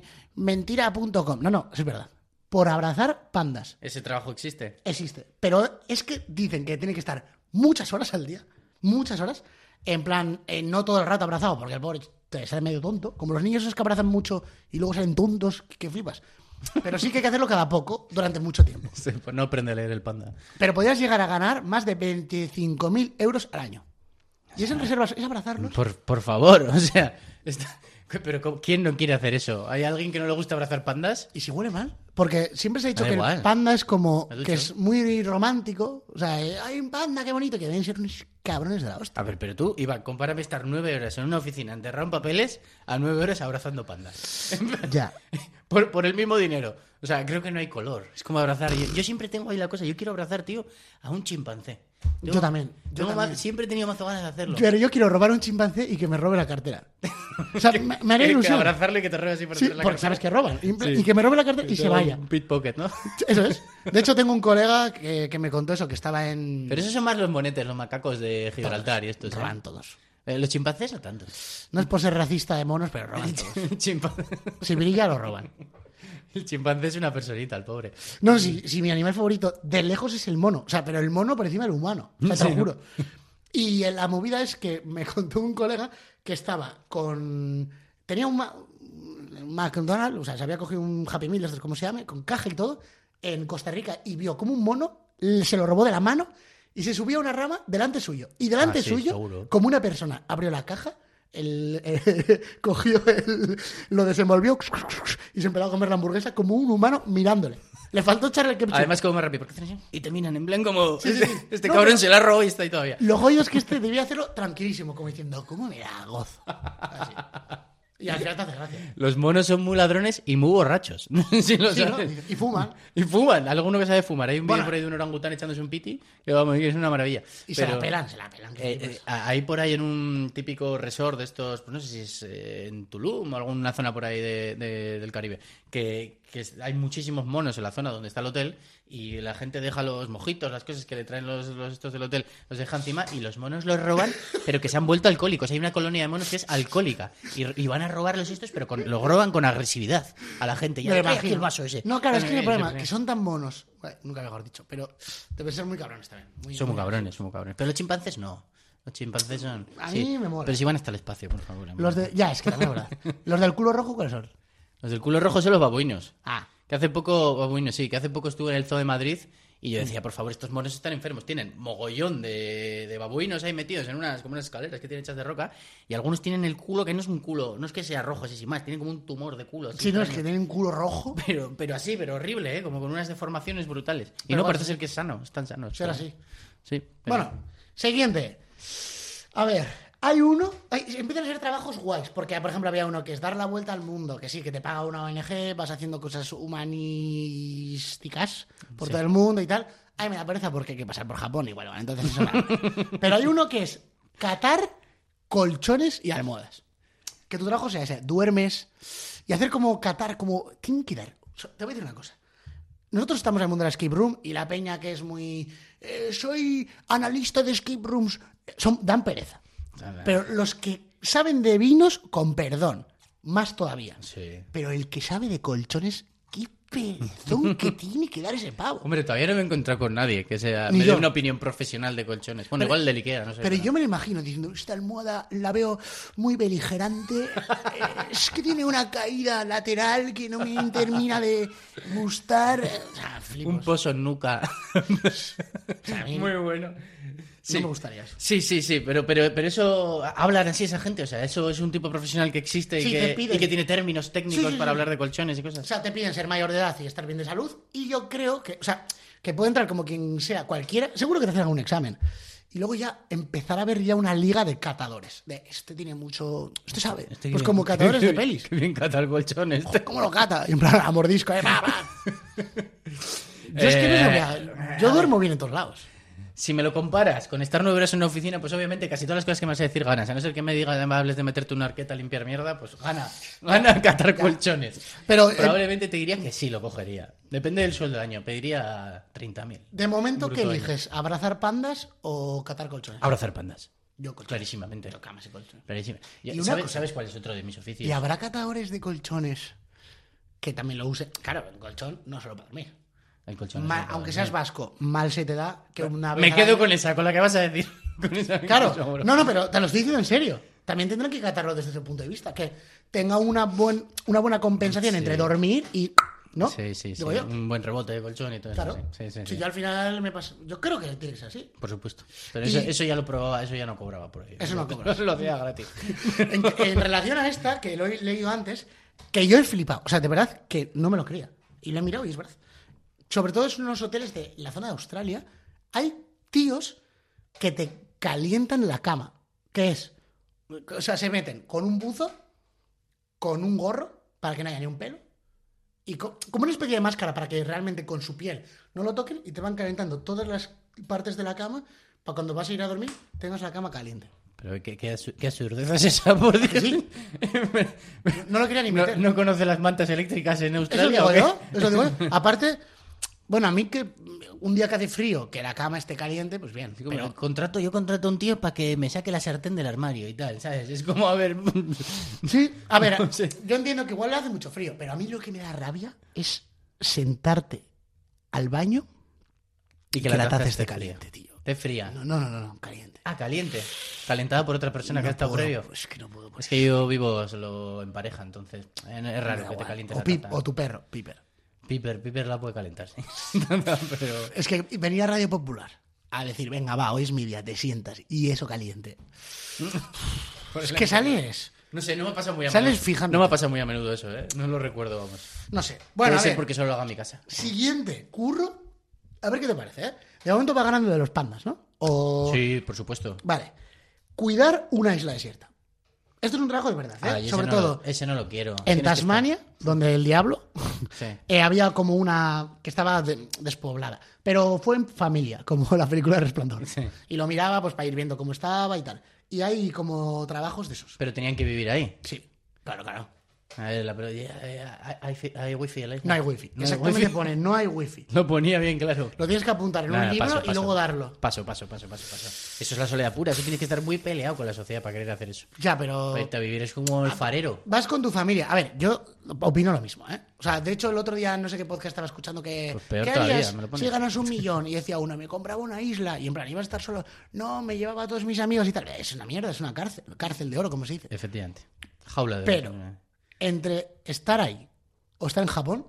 mentira.com, no, no, es verdad. Por abrazar pandas. Ese trabajo existe. [laughs] Existe. Pero es que dicen que tiene que estar muchas horas al día. Muchas horas. En plan, eh, no todo el rato abrazado, porque el pobre te sale medio tonto. Como los niños esos que abrazan mucho y luego salen tontos, que flipas. Pero sí que hay que hacerlo cada poco, durante mucho tiempo. Sí, pues no aprende a leer el panda. Pero podrías llegar a ganar más de 25.000 euros al año. Y es en reservas, es abrazarlos. Por, por favor, [laughs] o sea. está- Pero ¿cómo- ¿quién no quiere hacer eso? ¿Hay alguien que no le gusta abrazar pandas? ¿Y si huele mal? Porque siempre se ha dicho Da que igual. el panda es como Me ducho. que es muy romántico. O sea, eh, hay un panda, qué bonito, que deben ser unos cabrones de la hostia. A ver, pero tú, Iván, compárame estar nueve horas en una oficina enterrado en papeles a nueve horas abrazando pandas. [laughs] Ya. Por, por el mismo dinero. O sea, creo que no hay color. Es como abrazar. Yo, yo siempre tengo ahí la cosa. Yo quiero abrazar, tío, a un chimpancé. Yo también, yo tengo ma- también. siempre he tenido más ganas de hacerlo. Pero yo quiero robar a un chimpancé y que me robe la [laughs] cartera. O sea, me, me haría Que- que ilusión. abrazarle y que te robes así por Sí, hacer la porque sabes que roban. Y, Sí. y que me robe la cartera y se vaya. Un pickpocket, ¿no? Eso es. De hecho, tengo un colega que, que me contó eso, que estaba en... Pero esos son más los monetes, los macacos de Gibraltar y estos. ¿eh? Roban todos. Eh, los chimpancés no tantos. No es por ser racista de monos, pero [laughs] roban todos. El chimpan- [laughs] Si brilla, lo roban. el chimpancé es una personita, el pobre. No, si, si mi animal favorito de lejos es el mono. O sea, pero el mono por encima del humano. O sea, te lo Sí, ¿no? [laughs] juro. Y la movida es que me [laughs] contó un colega que estaba con. Tenía un, Ma- un McDonald's, o sea, se había cogido un Happy Meal, estos, como se llame, con caja y todo, en Costa Rica y vio como un mono l- se lo robó de la mano y se subió a una rama delante suyo. Y delante Ah, sí, suyo, seguro. como una persona, abrió la caja. el- eh, [laughs] cogió el- lo desenvolvió y se empezó a comer la hamburguesa como un humano mirándole. Le faltó echarle el ketchup. Además, como más rápido. porque hacen así? Y te miran en plan como. Sí, sí, sí. Este, [laughs] este No, cabrón pero- se la robó y está ahí todavía. Lo jodido es que este debía hacerlo tranquilísimo, como diciendo, ¿cómo me da gozo? Así. Y al final te hace gracia. Los monos son muy ladrones y muy borrachos. [laughs] Si lo Sí, ¿no? sabes. Y fuman. Y fuman, alguno que sabe fumar. Hay un Bueno. vídeo por ahí de un orangután echándose un piti, que vamos, que es una maravilla. Y se Pero, la pelan, se la pelan. que eh, eh, flipas. hay por ahí en un típico resort de estos, pues no sé si es eh, en Tulum o alguna zona por ahí de- de- del Caribe, que, que es- hay muchísimos monos en la zona donde está el hotel y la gente deja los mojitos, las cosas que le traen los, los estos del hotel, los deja encima y los monos [laughs] los roban, pero que se han vuelto alcohólicos. Hay una colonia de monos que es alcohólica y, y van a robar los estos, pero con, lo roban con agresividad a la gente. Y Me lo "Ay, aquí imagino. el vaso ese". No, claro, es que Eh, el problema eh, que son tan monos. Bueno, nunca mejor dicho, pero deben ser muy cabrones también. Muy, Somos muy- cabrones, somos cabrones. Pero los chimpancés no. Los chimpancés son. A mí me mola. Pero si van hasta el espacio, por favor. a mí. Los de, ya, es que [laughs] también es verdad. Los del culo rojo, ¿cuáles son? Los del culo rojo son los babuinos. Ah, Que hace poco, babuinos, sí, que hace poco estuve en el Zoo de Madrid Y yo decía, por favor, estos monos están enfermos. Tienen mogollón de, de babuinos ahí metidos en unas, como unas escaleras que tienen hechas de roca. Y algunos tienen el culo que no es un culo, no es que sea rojo, así sin más, tienen como un tumor de culo. así, Si no, es que extraño. tiene un culo [laughs] rojo. Pero, pero así, pero horrible, ¿eh? Como con unas deformaciones brutales. Y Pero no bueno, parece ser que es sano, están sanos. Será pero- así. Sí. pero- Bueno, siguiente. A ver, hay uno. hay- empiezan a ser trabajos guays, porque por ejemplo había uno que es dar la vuelta al mundo, que sí, que te paga una ONG, vas haciendo cosas humanísticas por Sí. todo el mundo y tal. Ay, me da pereza porque hay que pasar por Japón igual, bueno, entonces eso no. Pero hay uno que es catar colchones y almohadas. Que tu trabajo sea ese, duermes y hacer como catar, como. Tienen que dar. so- Te voy a decir una cosa. Nosotros estamos en el mundo de la escape room y la peña que es muy. eh, soy analista de escape rooms. eh, Son, dan pereza. Nada. Pero los que saben de vinos, con perdón. Más todavía. Sí. Pero el que sabe de colchones, qué [laughs] pezón que tiene que dar ese pavo. Hombre, todavía no me he encontrado con nadie que sea Ni me dé yo. una opinión profesional de colchones. Bueno, Pero- igual del Ikea, no sé. Pero yo me lo imagino diciendo, esta almohada la veo muy beligerante, eh, es que tiene una caída lateral que no me termina de gustar. O sea, flipos. Un pozo en nuca. [laughs] O sea, a mí bueno. Sí. No me gustaría eso. Sí, sí, sí, pero, pero, pero eso hablan así esa gente, o sea, eso es un tipo profesional que existe y, Sí, que, te piden. y que tiene términos técnicos Sí, sí, para sí. hablar de colchones y O cosas. sea, te piden ser mayor de edad y estar bien de salud. Y yo creo que, o sea, que puede entrar como quien sea, cualquiera. Seguro que te hacen algún examen. Y luego ya empezar a ver ya una liga de catadores. De este tiene mucho. Este sabe. Este pues que- como catadores [laughs] que- de pelis. Que bien cata el [laughs] colchón este. ¿Cómo lo cata? Y en plan, a mordisco, eh. va, va. Yo es que Eh, no sabía. Yo duermo bien en todos lados. Si me lo comparas con estar nueve horas en una oficina, pues obviamente casi todas las cosas que me vas a decir ganas. A no ser que me digas, me hables de meterte una arqueta a limpiar mierda, pues gana. [laughs] Gana catar colchones. Pero, eh, Probablemente te diría que sí lo cogería. Depende del sueldo de año. Pediría 30.000. De momento, ¿qué Brutal. eliges? ¿Abrazar pandas o catar colchones? Abrazar pandas. Yo colchones. Clarísimamente. Yo camas y colchones. Clarísimo. Ya, Y una ¿sabes, cosa- sabes cuál es otro de mis oficios? Y habrá catadores de colchones que también lo use. Claro, el colchón no solo para dormir. El colchón. Ma- es otro aunque de seas mis. vasco, mal se te da que una vez Me al quedo año- con esa, con la que vas a decir. [laughs] Con esa [laughs] que Claro, [laughs] seguro. no, no, pero te lo estoy diciendo en serio. También tendrán que catarlo desde ese punto de vista, que tenga una, buen, una buena compensación Sí. entre dormir y... ¿No? Sí, sí, sí. Digo yo. Un buen rebote de colchón y todo Claro. eso. Sí, sí, sí. Si yo al final me paso... Yo creo que tiene que ser así. Por supuesto. Pero Y- eso, eso ya lo probaba, eso ya no cobraba por ello. Eso no cobras. Eso [laughs] lo hacía gratis. En, en relación a esta, que lo he leído antes, que yo he flipado. O sea, de verdad que no me lo creía. Y lo he mirado y es verdad. Sobre todo en unos hoteles de la zona de Australia, hay tíos que te calientan la cama. Que es, o sea, se meten con un buzo, con un gorro, para que no haya ni un pelo, y co- como una especie de máscara para que realmente con su piel no lo toquen y te van calentando todas las partes de la cama para cuando vas a ir a dormir tengas la cama caliente. Pero qué, qué, asu- qué absurdeza es esa, [laughs] por Dios. Sí. No lo quería ni no, meter. no conoce las mantas eléctricas en Eso Australia. digo ¿o qué? yo. Eso digo yo. Aparte, bueno, a mí que un día que hace frío, que la cama esté caliente, pues bien. Digo, pero Pero contrato, yo contrato a un tío para que me saque la sartén del armario y tal, ¿sabes? Es como, a ver. [laughs] sí, a ver, No sé. yo entiendo que igual hace mucho frío, pero a mí lo que me da rabia es sentarte al baño y que, la taza esté caliente, tío. este Te fría. No, no, no, no, no, caliente. Ah, caliente. Calentada por otra persona que No ha estado puedo, previo. Es que no puedo. pues, Es que yo vivo solo en pareja, entonces eh, es me raro da que te igual. calientes o, la Pip- taza. o tu perro, Piper. Piper, Piper la puede calentar, sí. [laughs] Pero Es que venía Radio Popular a decir, venga, va, hoy es mi día, te sientas y eso [laughs] caliente. es que sales. no sé, no me pasa muy a Sales menudo. fijándote. No me pasa muy a menudo eso, ¿eh? No lo recuerdo, vamos. No sé. Bueno, Puede a ser ver. porque solo lo hago en mi casa. Siguiente, curro. A ver qué te parece, ¿eh? De momento va ganando de los pandas, ¿no? O... Sí, por supuesto. Vale. Cuidar una isla desierta. Esto es un trabajo de verdad, ¿eh? Ah, y ese Sobre no lo- todo ese no lo quiero. en Tienes que estar- Tasmania, donde el diablo, [laughs] Sí. eh, había como una que estaba de- despoblada. Pero fue en familia, [laughs] como la película de Resplandor. Sí. Y lo miraba pues para ir viendo cómo estaba y tal. Y hay como trabajos de esos. Pero tenían que vivir ahí. Sí, claro, claro. A ver, la pero- hay- hay, hay- hay wifi en la isla. No hay wifi. No hay Exactamente wifi. pone, no hay wifi. [laughs] Lo ponía bien claro. Lo tienes que apuntar en Nada, un libro paso, y paso. luego darlo. Paso, paso, paso, paso, paso. Eso es la soledad pura. Eso tienes que estar muy peleado con la sociedad para querer hacer eso. Ya, pero... Para irte a vivir es como Ah. el farero. Vas con tu familia. A ver, yo opino lo mismo, ¿eh? O sea, de hecho, el otro día no sé qué podcast estaba escuchando que. Pues peor ¿Qué todavía, harías me lo pones. si ganas [laughs] un millón? Y decía uno, me compraba una isla. Y en plan, iba a estar solo. No, me llevaba a todos mis amigos y tal. Es una mierda, es una cárcel. Cárcel de oro, como se dice. Efectivamente. Jaula de Pero- Entre estar ahí o estar en Japón,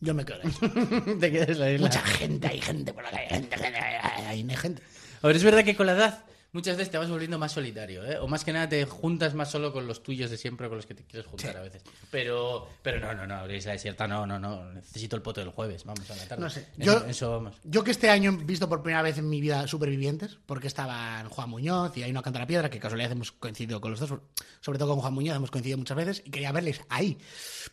Yo me quedo en la [laughs] isla. [laughs] Te quedas en la isla. Mucha gente, hay gente por la calle, gente, gente, hay hay gente. A ver, es verdad que con la edad muchas veces te vas volviendo más solitario, ¿eh? O más que nada te juntas más solo con los tuyos de siempre, con los que te quieres juntar a veces. Pero, pero no, no, no, la isla desierta, no, no, no. Necesito el poto del jueves, vamos a la tarde. No sé, En- yo- Eso vamos. Yo que este año he visto por primera vez en mi vida Supervivientes, porque estaban Juan Muñoz y Ainhoa Cantarapiedra, que casualidad hemos coincidido con los dos, sobre todo con Juan Muñoz, hemos coincidido muchas veces, y quería verles ahí.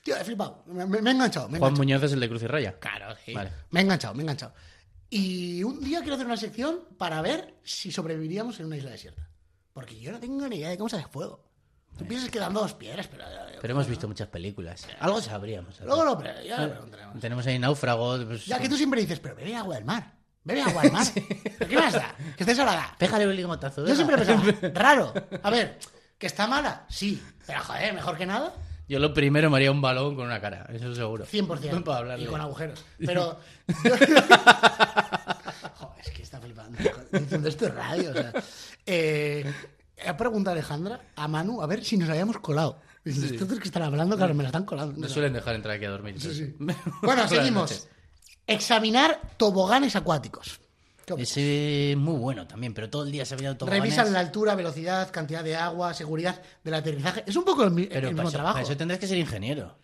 Tío, he flipado, me, me- me he enganchado, me he Juan enganchado. Muñoz es el de Cruz y Raya. Claro, sí. Vale. Me he enganchado, me he enganchado. Y un día quiero hacer una sección para ver si sobreviviríamos en una isla desierta. Porque yo no tengo ni idea de cómo se hace fuego. Tú piensas que dan dos piedras, pero... eh, Pero hemos visto muchas películas. Algo sabríamos. Luego lo, pre- ya lo Ah, preguntaremos. Tenemos ahí náufragos. pues, Ya que tú siempre dices, pero bebe agua del mar. Bebe agua del [laughs] mar. ¿Pero ¿Qué más da? Que estés ahora. Pégale un ligotazo. Yo venga. [laughs] siempre pensaba, raro. A ver, ¿que está mala? Sí. Pero joder, mejor que nada. Yo lo primero me haría un balón con una cara, eso seguro. 100%. Para hablarle. Y con agujeros. [laughs] Pero. [laughs] Joder, es que está flipando. joder, Diciendo esto es radio. O sea. Eh, la pregunta Alejandra a Manu a ver si nos habíamos colado. Dices, Estos que están hablando, claro, me la están colando. No suelen dejar entrar aquí a dormir. Sí, sí. Bueno, [laughs] Buenas seguimos. noches. Examinar toboganes acuáticos. ¿Qué opinas? Ese es muy bueno también, pero todo el día se había dado Revisan la altura, velocidad, cantidad de agua, seguridad del aterrizaje. Es un poco el, mi- el Pero para mismo eso, trabajo. para eso tendrás que ser ingeniero.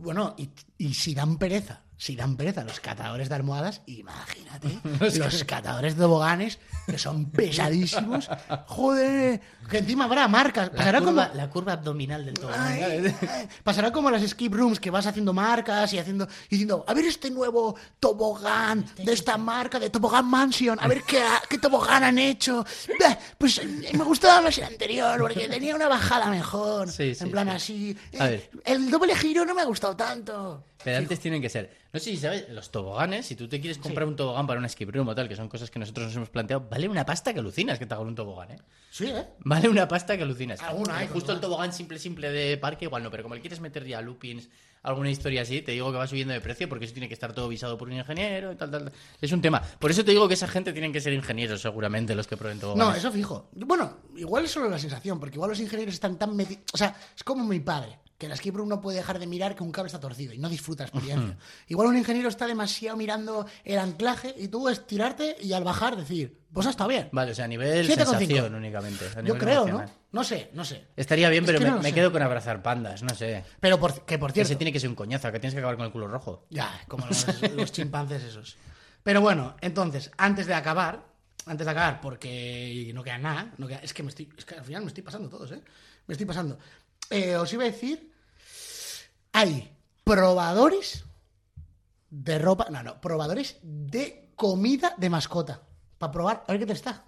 Bueno, y, y si dan pereza, si dan pereza los catadores de almohadas, [laughs] imagínate, los catadores de toboganes, que son [laughs] pesadísimos. Joder, que encima habrá marcas. Pasará como, la curva abdominal del todo. Ay, ay. ¿eh? [laughs] pasará como las skip rooms que vas haciendo marcas y haciendo y diciendo, a ver este nuevo tobogán Este de esta marca de Tobogán Mansion, a ver qué, ha- qué tobogán han hecho. Bah, Pues eh, me gustaba más el anterior porque tenía una bajada mejor, Sí, sí, en plan sí. así. A Eh, El doble giro no me ha gustado tanto. Pero antes tienen que ser. No sé si sabes, los toboganes, si tú te quieres comprar un tobogán para una skip room o tal, que son cosas que nosotros nos hemos planteado, vale una pasta que alucinas que te hagan un tobogán, ¿eh? Sí, ¿eh? Vale una pasta que alucinas. Alguna hay, Justo alguna. el tobogán simple, simple de parque, igual no, pero como le quieres meter ya loopings, alguna historia así, te digo que va subiendo de precio porque eso tiene que estar todo visado por un ingeniero y tal, tal, tal. Es un tema. Por eso te digo que esa gente tienen que ser ingenieros, seguramente, los que prueben toboganes. No, eso fijo. Bueno, igual es solo la sensación, porque igual los ingenieros están tan metidos. O sea, es como mi padre, que en la skip room no puede dejar de mirar que un cable está torcido y no disfruta la experiencia. igual un ingeniero está demasiado mirando el anclaje y tú estirarte y al bajar decir, pues ha estado bien. Vale, o sea, a nivel 7,5. sensación únicamente. a Yo nivel creo, ¿no? emocional. No sé, no sé. Estaría bien, Es pero que me, no lo me sé. quedo con abrazar pandas, no sé. Pero por- que por Que cierto. se tiene que ser un coñazo, que tienes que acabar con el culo rojo. Ya, como [laughs] los, los chimpancés esos. Pero bueno, entonces, antes de acabar, antes de acabar, porque no queda nada, no queda- es, que me estoy, es que al final me estoy pasando todos, ¿eh? Me estoy pasando. Eh, os iba a decir, hay probadores de ropa, no, no, probadores de comida de mascota, para probar, a ver qué te está.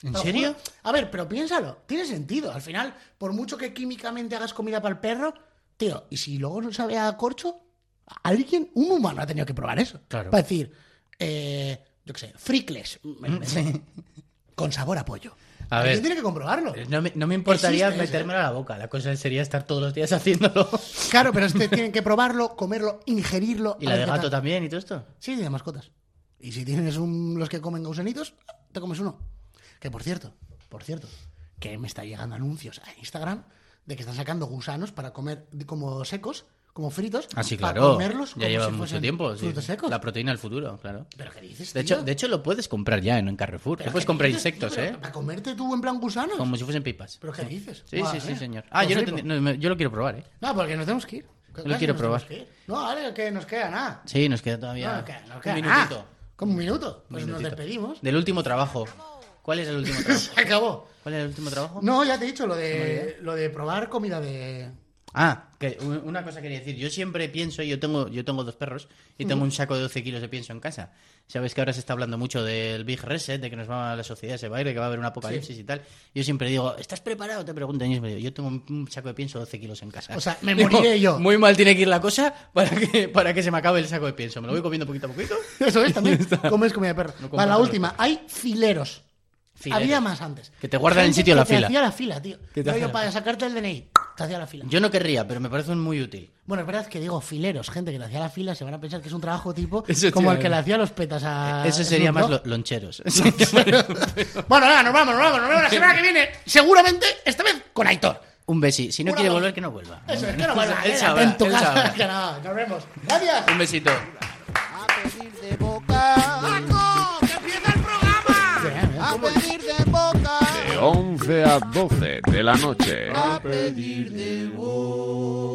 ¿En Te lo serio? juro. A ver, pero piénsalo, tiene sentido. Al final, por mucho que químicamente hagas comida para el perro, tío, y si luego no sabe a corcho, alguien, un humano ha tenido que probar eso. Claro. Para decir, eh, yo qué sé, fricles me- me- con sabor a pollo. A alguien ver. tiene que comprobarlo. Eh, No me, no me importaría Existe eso. metérmelo a la boca, la cosa sería estar todos los días [laughs] haciéndolo. Claro, pero este tienen que probarlo, comerlo, ingerirlo. ¿Y a la ver de qué gato tal. también y todo esto? Sí, de mascotas. Y si tienes un- los que comen gausanitos, te comes uno. Que por cierto, por cierto, que me está llegando anuncios a Instagram de que están sacando gusanos para comer de- como secos, como fritos. Ah, sí, para claro. comerlos como ya lleva si mucho fuesen tiempo. sí. Frutos secos. La proteína del futuro, claro. ¿Pero qué dices? De tío? hecho, de hecho, lo puedes comprar ya en en Carrefour. Ya puedes comprar dices, tío? insectos, ¿Pero ¿eh? ¿Para comerte tú en plan gusanos? Como si fuesen pipas. ¿Pero qué dices? Sí, sí, Madre sí, mía. señor. Ah, Lo yo, no flipo. entendí- no, me- yo lo quiero probar, ¿eh? No, porque nos tenemos que ir. Casi quiero nos probar. tenemos que ir. No, vale, que nos queda nada. Sí, nos queda todavía No, nos queda, nos un queda minutito. nada. Como un minuto. Pues minutito. nos despedimos. Del último trabajo. ¿Cuál es el último [laughs] trabajo? Se acabó. ¿Cuál es el último trabajo? No, ya te he dicho lo de lo de probar comida de. Ah, que u- una cosa quería decir. Yo siempre pienso, yo tengo, yo tengo dos perros y tengo un saco de 12 kilos de pienso en casa. Sabes que ahora se está hablando mucho del Big Reset, de que nos va la sociedad, se va a ir, de que va a haber un apocalipsis y tal. Yo siempre digo, ¿estás preparado? Te preguntan. Yo siempre digo, yo tengo un- un saco de pienso de 12 kilos en casa. O sea, me Digo, moriré yo. Muy mal tiene que ir la cosa para que, para que se me acabe el saco de pienso. Me lo voy comiendo poquito a poquito. Eso es también. Comes comida de perro. No compro Vale, la perro. última. Hay fileros. Fileros. Había más antes. Que te guardan en Gente sitio la que te fila. hacía la fila, tío. Que te Rollo, hacía la para sacarte el DNI, te hacía la fila. Yo no querría, pero me parece un muy útil. Bueno, es verdad que digo fileros, gente que te hacía la fila, se van a pensar que es un trabajo tipo Eso, como tío, el que eh. le hacía los petas a. Ese sería Snoop más Dogg. lo- [laughs] loncheros. Bueno, nada, nos vamos, nos vamos, nos vamos. La semana que viene, seguramente, esta vez con Aitor. un besi. Si no Una quiere vez. volver, que no vuelva. Eso es, que no vaya, Él quédate sabrá, en tu él casa. sabrá. Que nada, nos vemos. Gracias. Un besito. A pedir de boca. ¡Paco! ¡Que empieza el programa! A pedir de boca. De 11 a 12 de la noche. A pedir de boca.